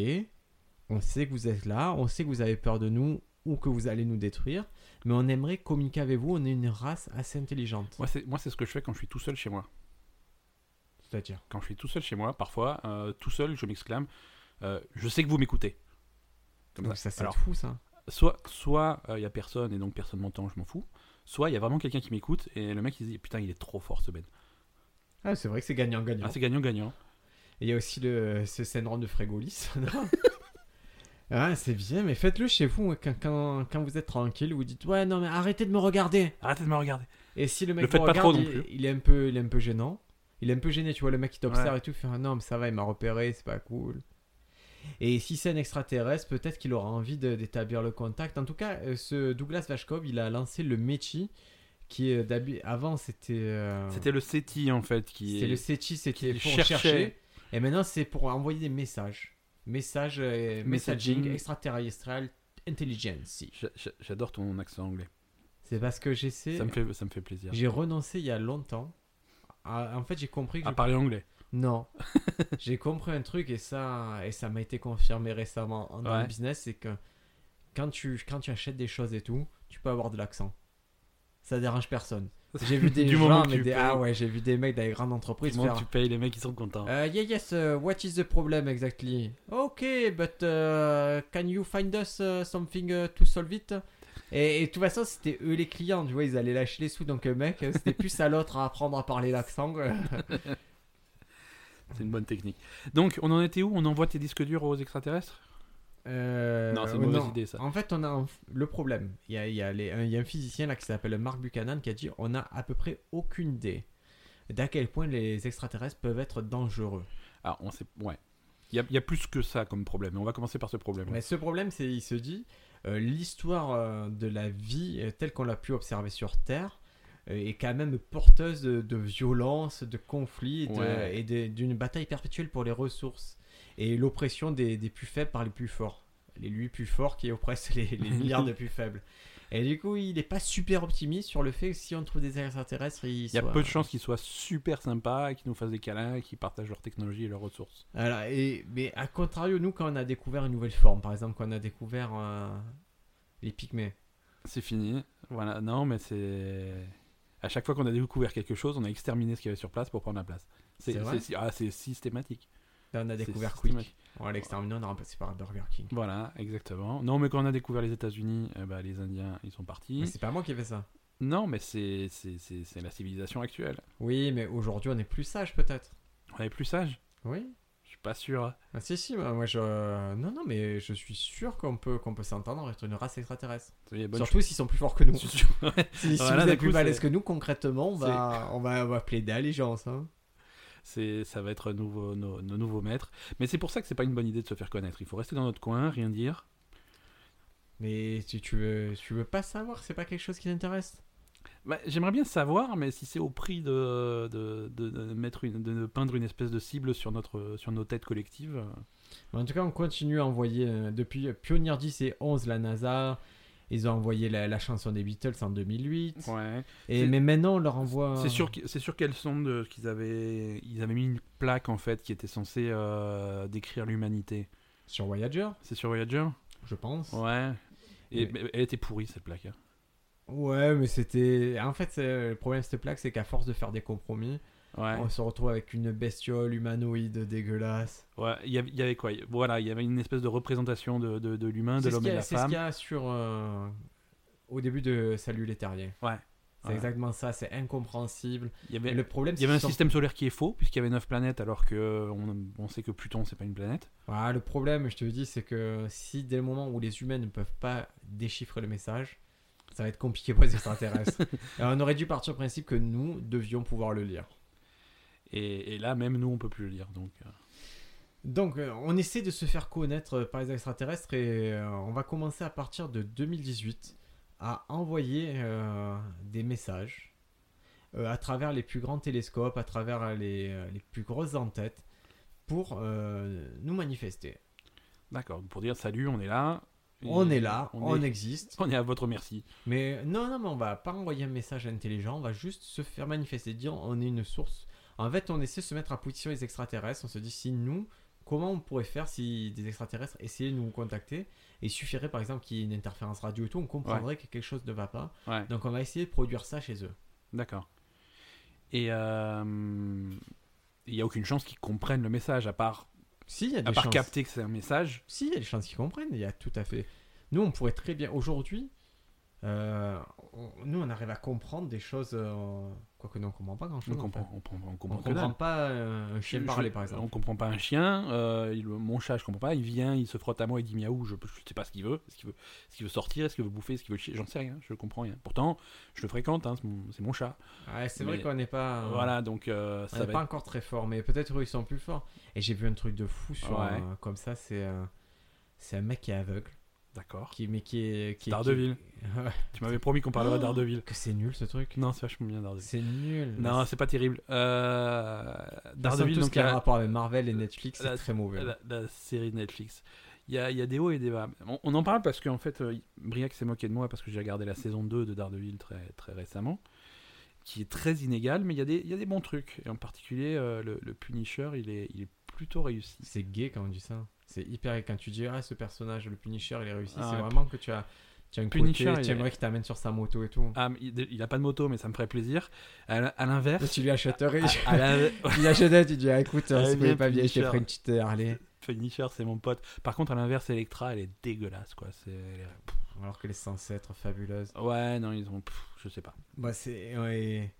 on sait que vous êtes là, on sait que vous avez peur de nous ou que vous allez nous détruire, mais on aimerait communiquer avec vous, on est une race assez intelligente. Moi, c'est moi, c'est ce que je fais quand je suis tout seul chez moi. C'est-à-dire Quand je suis tout seul chez moi, parfois, euh, tout seul, je m'exclame euh, Je sais que vous m'écoutez. Comme Donc ça. ça, c'est Alors- fou ça. Soit il soit, n'y a personne et donc personne m'entend, je m'en fous. Soit il y a vraiment quelqu'un qui m'écoute et le mec il se dit Putain, il est trop fort ce Ben. Ah, c'est vrai que c'est gagnant-gagnant. Ah, c'est gagnant-gagnant. Et Il y a aussi le, ce syndrome de Frégolis. ah, c'est bien, mais faites-le chez vous hein, quand, quand, quand vous êtes tranquille. Vous dites Ouais, non, mais arrêtez de me regarder. Arrêtez de me regarder. Et si le Le mec te faites pas regarde, trop non il, plus. il est un peu, il est un peu gênant. Il est un peu gêné, tu vois, le mec qui t'observe et tout, fait ah, non mais ça va, il m'a repéré, c'est pas cool. Et si c'est un extraterrestre, peut-être qu'il aura envie de- d'établir le contact. En tout cas, euh, ce Douglas Vashkov, il a lancé le Mechi, qui est d'habi- avant c'était euh, C'était le SETI en fait qui. c'était est- le Sechi, c'était qui pour cherchait. chercher, et maintenant c'est pour envoyer des messages, messages, euh, Messaging. messaging extraterrestrial intelligence. J'a- j'a- J'adore ton accent anglais. C'est parce que j'essaie, Ça me fait, ça me fait plaisir. j'ai renoncé il y a longtemps. À- en fait, j'ai compris que À je parler anglais. Non. J'ai compris un truc et ça et ça m'a été confirmé récemment en- dans Ouais. le business, c'est que quand tu, quand tu achètes des choses et tout, tu peux avoir de l'accent. Ça dérange personne. J'ai vu des Du moment gens, que mais tu des- payes- ah ouais, j'ai vu des mecs dans les grandes Du entreprises moment faire. que tu payes, les mecs ils sont contents. euh, yeah, yes, uh, what is the problem exactly? Okay, but uh, can you find us uh, something uh, to solve it? Et, et de toute façon, c'était eux les clients, tu vois, ils allaient lâcher les sous, donc euh, mec, c'était plus à l'autre à apprendre à parler l'accent. quoi. C'est une bonne technique. Donc, on en était où On envoie tes disques durs aux extraterrestres Euh, Non, c'est une mauvaise non. idée, ça. En fait, on a un- le problème. Il y a, il y a les- un, il y a un physicien là qui s'appelle Mark Buchanan qui a dit on a à peu près aucune idée d'à quel point les extraterrestres peuvent être dangereux. Ah, on sait. Ouais. Il y, a- il y a plus que ça comme problème. On va commencer par ce problème. Mais ce problème, c'est il se dit euh, l'histoire euh, de la vie euh, telle qu'on l'a pu observer sur Terre euh, est quand même porteuse de, de violence, de conflits et de- Ouais. et de- d'une bataille perpétuelle pour les ressources et l'oppression des, des plus faibles par les plus forts. Les lui plus forts qui oppressent les, les milliards de plus faibles. Et du coup, il n'est pas super optimiste sur le fait que si on trouve des extraterrestres, ils Il y a soient- peu de chances qu'ils soient super sympas, qu'ils nous fassent des câlins, qu'ils partagent leur technologie et leurs ressources. Voilà, et, mais à contrario, nous, quand on a découvert une nouvelle forme, par exemple, quand on a découvert euh, les pygmées, C'est fini. Voilà. Non, mais c'est. À chaque fois qu'on a découvert quelque chose, on a exterminé ce qu'il y avait sur place pour prendre la place. C'est C'est vrai c'est- ah, c'est systématique. Là, on a C'est découvert systématique. Quick. On l'a exterminé, on a remplacé par Burger King. Voilà, exactement. Non, mais quand on a découvert les États-Unis, eh ben, les Indiens, ils sont partis. Mais c'est pas moi qui ai fait ça. Non, mais c'est c'est- c'est- c'est la civilisation actuelle. Oui, mais aujourd'hui, on est plus sage peut-être. On est plus sage Oui. Je suis pas sûr. Ah, si, si, bah, moi je. Non, non, mais je suis sûr qu'on peut, qu'on peut s'entendre être une race extraterrestre. Il y a bonne Surtout s'ils sont plus forts que nous. chance- si Ouais, si Voilà, vous d'un êtes plus coup, balèze c'est- que nous, concrètement, on va, on va, on va plaider allégeance. Hein. c'est- ça va être nouveau, nos, nos nouveaux maîtres. Mais c'est pour ça que c'est pas une bonne idée de se faire connaître. Il faut rester dans notre coin, rien dire. Mais tu, tu, veux, tu veux pas savoir, c'est pas quelque chose qui t'intéresse Bah, J'aimerais bien savoir, mais si c'est au prix de, de, de- de mettre une, de peindre une espèce de cible sur, notre, sur nos têtes collectives. euh, Mais En tout cas, on continue à envoyer. euh, depuis Pioneer 10 et 11, la NASA, ils ont envoyé la, la chanson des Beatles en 2008. Ouais. Et, C'est- mais maintenant, on leur envoie. euh, C'est sûr, qu'- c'est sûr qu'elles sont de qu'ils avaient ils avaient mis une plaque en fait qui était censée euh, décrire l'humanité. Sur Voyager, C'est sur Voyager je pense. Ouais, Ouais. Et Oui. mais elle était pourrie cette plaque. hein. mais c'était. En fait, c'est- euh, le problème de cette plaque, c'est qu'à force de faire des compromis, Ouais. on se retrouve avec une bestiole humanoïde dégueulasse. Ouais, il y avait, il y avait quoi Voilà, il y avait une espèce de représentation de, de, de l'humain, de C'est ce l'homme et de qu'il y a- la c'est ce qu'il femme. y a sur. euh, Au début de Salut les terriers. Ouais. C'est Ouais. exactement ça, c'est incompréhensible. Il y avait, le problème, il y avait un c'est qu'ils sont- système solaire qui est faux, puisqu'il y avait 9 planètes, alors que euh, on, on sait que Pluton, c'est pas une planète. Voilà, le problème, je te dis, c'est que si dès le moment où les humains ne peuvent pas déchiffrer le message, ça va être compliqué pour les extraterrestres. Et on aurait dû partir du principe que nous devions pouvoir le lire. Et, et là, même nous, on peut plus le lire. Donc, euh, Donc, euh, on essaie de se faire connaître euh, par les extraterrestres et euh, on va commencer à partir de 2018 à envoyer euh, des messages euh, à travers les plus grands télescopes, à travers euh, les, euh, les plus grosses entêtes pour euh, nous manifester. d'accord. Pour dire salut, on est là, On est là, on, est, existe. on est à votre merci. Mais non, non, mais on va pas envoyer un message intelligent, on va juste se faire manifester, dire on est une source. En fait, on essaie de se mettre à position des extraterrestres, on se dit si nous, comment on pourrait faire si des extraterrestres essayaient de nous contacter Et il suffirait par exemple qu'il y ait une interférence radio et tout, on comprendrait que quelque chose ne va pas. Ouais. Donc on va essayer de produire ça chez eux. D'accord. Et euh, il n'y a aucune chance qu'ils comprennent le message, à part, Si, il y a à des part chances. capter que c'est un message. Si, il y a des chances qu'ils comprennent, il y a tout à fait. Nous, on pourrait très bien. Aujourd'hui, euh, on- nous, on arrive à comprendre des choses. euh, Quoique, non, on comprend pas grand On chose. comprend, on comprend, on On comprend que comprend dalle. pas euh, un chien Je- je- parler, par exemple. On comprend pas un chien. euh, il- mon chat, je comprends pas. Il vient, il se frotte à moi, il dit miaou. Je, je sais pas ce qu'il veut. Est-ce qu'il veut, est-ce qu'il veut sortir Est-ce qu'il veut bouffer Est-ce qu'il veut chier J'en sais rien. Je comprends rien. Pourtant, je le fréquente. hein, c'est, mon, c'est mon chat. Ah Ouais, c'est Mais- vrai qu'on n'est pas. euh, Voilà, donc euh, On ça n'est va. pas être- encore très fort, mais peut-être eux, ils sont plus forts. Et j'ai vu un truc de fou sur. Ouais. un- comme ça, c'est. un- C'est un mec qui est aveugle, D'accord. qui, mais qui est. Qui, est- Daredevil. qui- Tu m'avais promis qu'on parlerait Oh d'Ardeville. que c'est nul ce truc. Non, c'est vachement bien Daredevil. C'est nul. Non, c'est pas terrible. Euh, Daredevil, Daredevil, tout ce donc qui a un la- rapport avec Marvel et Netflix, la- c'est très mauvais. la, la série de Netflix. Il y a, il y a des hauts et des bas. On, on en parle parce qu'en fait, euh, Briac s'est moqué de moi parce que j'ai regardé la saison 2 de Daredevil très, très récemment, qui est très inégale, mais il y a des, il y a des bons trucs. Et en particulier, euh, le, le Punisher, il est, il est plutôt réussi. C'est gay quand on dit ça. C'est hyper quand tu dis ah ce personnage le Punisher il est réussi, Ah c'est ouais. vraiment que tu as tu as un Punisher, Punisher, il côté, est- tu aimerais qu'il t'amène sur sa moto et tout. Ah, mais il il a pas de moto, mais ça me ferait plaisir. À, l- à Et l'inverse. tu lui achèterais, à- à la- tu lui achèterais, tu dis ah, écoute Ah, si vous viens, voulez pas bien, je te Punisher. ferai une petite euh, Harley. Punisher, c'est mon pote. Par contre, à l'inverse, Electra, elle est dégueulasse, quoi. C'est- elle est- Alors qu'elle est censée être fabuleuse. Ouais, non, ils ont. pff, je sais pas. Bah c'est ouais.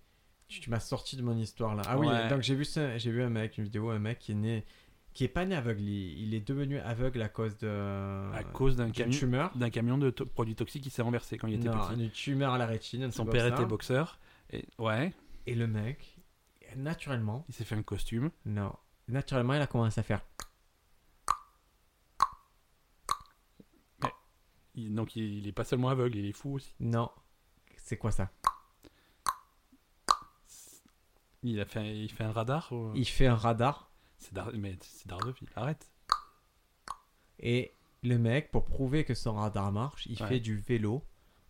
Tu, tu m'as sorti de mon histoire là. Ah oui Ouais. donc j'ai vu ça, j'ai vu un mec une vidéo un mec qui est né qui est pas né aveugle, il, il est devenu aveugle à cause de À cause d'un d'une camion. tumeur. d'un camion de to- produits toxiques qui s'est renversé quand il était Non, petit. une tumeur à la rétine. un Son truc père comme ça. était boxeur. Et, ouais, Et le mec naturellement il s'est fait un costume. Non. Naturellement, il a commencé à faire. Il- donc il, il est pas seulement aveugle, il est fou aussi. Non. C'est quoi ça Il a fait, il fait un radar. ou- Il fait un radar C'est Dar- mais c'est Daredevil. Arrête. et le mec, pour prouver que son radar marche, il Ouais. fait du vélo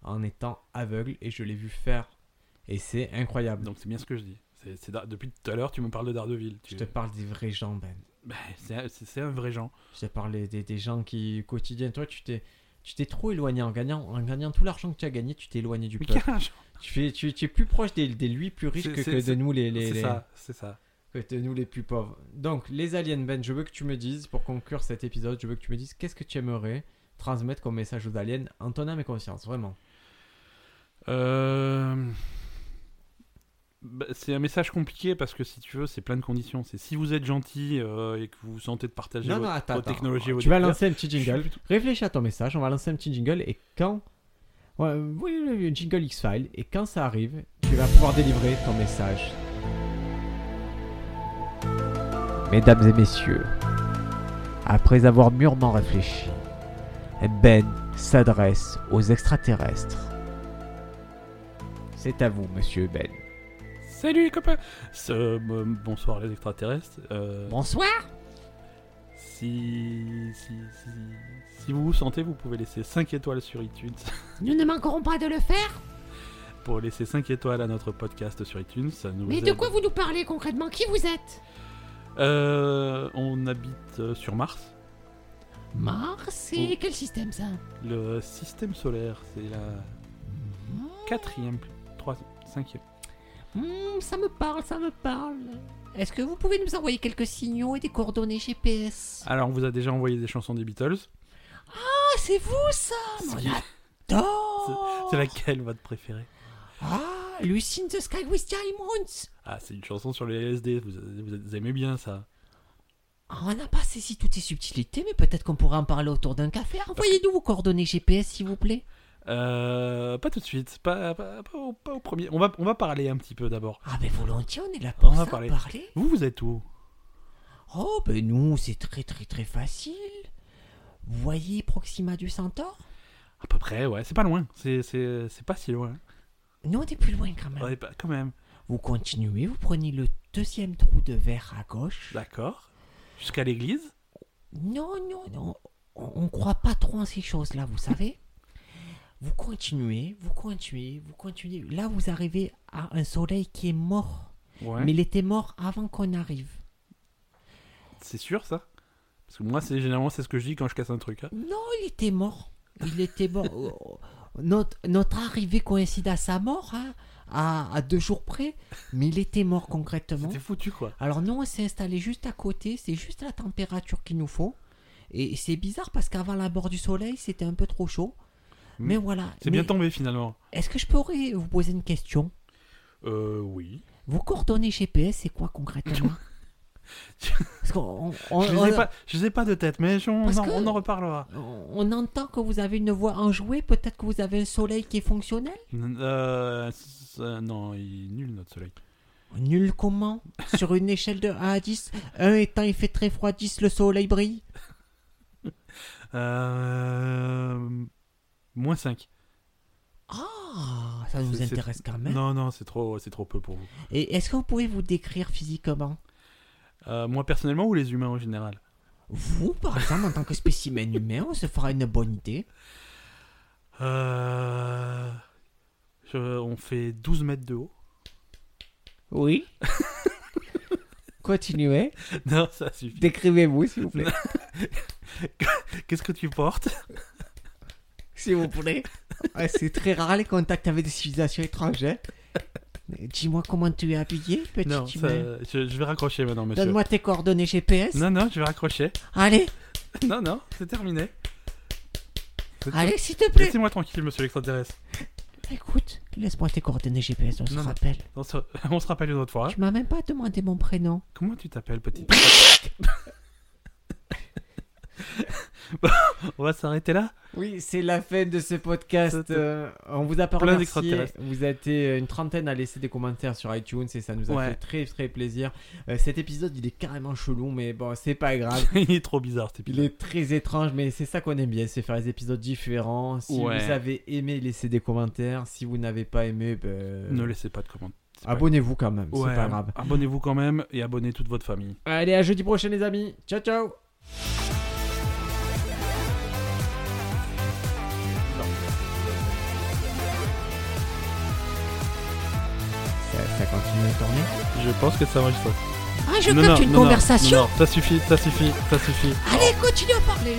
en étant aveugle et je l'ai vu faire. Et c'est incroyable. Donc c'est bien ce que je dis. C'est- c'est Dar- depuis tout à l'heure, tu me parles de Daredevil. Tu- je te parle des vrais gens, Ben. Bah, c'est un- c'est c'est un vrai genre. Je te parle des, des- des gens qui, quotidien, toi, tu t'es. Tu t'es trop éloigné en gagnant, en gagnant tout l'argent que tu as gagné, tu t'es éloigné du Mais peuple. quel âge Tu, fais, tu, tu es plus proche des, des lui plus riches C'est- que, c'est- que de c'est- nous les, les, C'est les- ça, c'est ça. que t'es nous les plus pauvres. Donc, les aliens, Ben, je veux que tu me dises, pour conclure cet épisode, je veux que tu me dises qu'est-ce que tu aimerais transmettre comme message aux aliens en ton âme et conscience, vraiment. Euh, bah, c'est un message compliqué parce que si tu veux, c'est plein de conditions. C'est si vous êtes gentil euh, et que vous vous sentez de partager Non, vos, non, attends. vos attends. technologies, vos tu vas découvertes, lancer un petit je suis jingle. plutôt- Réfléchis à ton message, on va lancer un petit jingle et quand. Ouais, oui, oui, oui, un jingle X-File, et quand ça arrive, tu vas pouvoir délivrer ton message. Mesdames et messieurs, après avoir mûrement réfléchi, Ben s'adresse aux extraterrestres. C'est à vous, monsieur Ben. Salut les copains Ce- euh, Bonsoir les extraterrestres. Euh, Bonsoir si, si, si, si vous vous sentez, vous pouvez laisser 5 étoiles sur iTunes. Nous ne manquerons pas de le faire. Pour laisser 5 étoiles à notre podcast sur iTunes, ça nous Mais de aide. quoi vous nous parlez concrètement Qui vous êtes Euh, On habite euh, sur Mars. Mars C'est quel système ça Le système solaire, c'est la Ah. quatrième, troisième, cinquième. Hmm, Ça me parle, ça me parle. Est-ce que vous pouvez nous envoyer quelques signaux et des coordonnées GPS Alors, on vous a déjà envoyé des chansons des Beatles. Ah, c'est vous Oh. ça Mon C'est- adore C'est laquelle votre préférée Ah, Lucy in the Sky with Diamonds Ah, c'est une chanson sur les LSD. Vous, vous aimez bien ça Ah, On n'a pas saisi toutes ces subtilités, mais peut-être qu'on pourrait en parler autour d'un café. Envoyez-nous vos coordonnées GPS, s'il vous plaît. euh, Pas tout de suite. Pas, pas, pas au, pas au premier. On va, on va parler un petit peu d'abord. Ah, mais volontiers, on est là On pour va ça, parler. parler. Vous, vous êtes où Oh, ben nous, c'est très très très facile. Vous voyez Proxima du Centaure À peu près, ouais. C'est pas loin. C'est, c'est, c'est pas si loin. Nous, on est plus loin quand même. On est pas, quand même. Vous continuez, vous prenez le deuxième trou de verre à gauche. D'accord. Jusqu'à l'église Non, non, non. on ne croit pas trop en ces choses-là, vous savez. Vous continuez, vous continuez, vous continuez. Là, vous arrivez à un soleil qui est mort. Ouais. Mais il était mort avant qu'on arrive. C'est sûr ça Parce que moi, c'est généralement c'est ce que je dis quand je casse un truc. hein. Non, il était mort. Il était mort. Oh, oh. notre, notre arrivée coïncide à sa mort, hein, à, à deux jours près. Mais il était mort concrètement. C'était foutu quoi. Alors nous, on s'est installé juste à côté, c'est juste la température qu'il nous faut. Et c'est bizarre parce qu'avant la bord du soleil, c'était un peu trop chaud. Mm. Mais voilà. C'est Mais bien tombé finalement. Est-ce que je pourrais vous poser une question Euh, oui. Vos coordonnées GPS, c'est quoi concrètement Parce qu'on on- je, les on- ai pas, je les ai pas de tête, mais je- on, Parce en, que- on en reparlera. on entend que vous avez une voix enjouée, peut-être que vous avez un soleil qui est fonctionnel Euh, ça- non, il est nul notre soleil. Nul comment Sur une échelle de 1 à 10, 1 étant il fait très froid, 10 le soleil brille. Euh, moins 5. Ah, ça vous C'est- c'est- intéresse quand même. Non, non, c'est trop, c'est trop peu pour vous. Et est-ce que vous pouvez vous décrire physiquement Euh, moi personnellement ou les humains en général Vous, par exemple, en tant que spécimen humain, on se fera une bonne idée. euh, je- On fait 12 mètres de haut. Oui. Continuez. Non, ça suffit. Décrivez-vous, s'il vous plaît. Qu'est-ce que tu portes S'il vous plaît. Ouais, c'est très rare les contacts avec des civilisations étrangères. Euh, Dis-moi comment tu es habillé, petit Non, ça- humain. je, je vais raccrocher maintenant, monsieur. Donne-moi tes coordonnées GPS. Non, non, je vais raccrocher. Allez, Non, non, c'est terminé. C'est- allez, s'il te plaît. Laissez-moi tranquille, monsieur l'extraterrestre. Écoute, laisse-moi tes coordonnées GPS, on se Non, Hein non. rappelle. On se, on se rappelle une autre fois. Tu m'as même pas demandé mon prénom. Comment tu t'appelles, petite Bon, On va s'arrêter là Oui, c'est la fin de ce podcast. C'était Euh, on vous a pas plein remercié. d'extraterrestres. Vous êtes euh, une trentaine à laisser des commentaires sur iTunes et ça nous a Ouais. fait très très plaisir. Euh, cet épisode, il est carrément chelou, mais bon, c'est pas grave. Il est trop bizarre cet Il épisode. est très étrange, mais c'est ça qu'on aime bien, c'est faire des épisodes différents. Si Ouais. vous avez aimé, laissez des commentaires. Si vous n'avez pas aimé, ben, Ne laissez pas de commentaires. c'est pas- abonnez-vous quand même, Ouais, c'est pas grave. Abonnez-vous quand même et abonnez toute votre famille. Allez, à jeudi prochain les amis. Ciao, ciao Ça, ça continue à tourner Je pense que ça marche ça. Ah, je capte une non, conversation. non, non, ça suffit, ça suffit, ça suffit. Allez, continue à parler.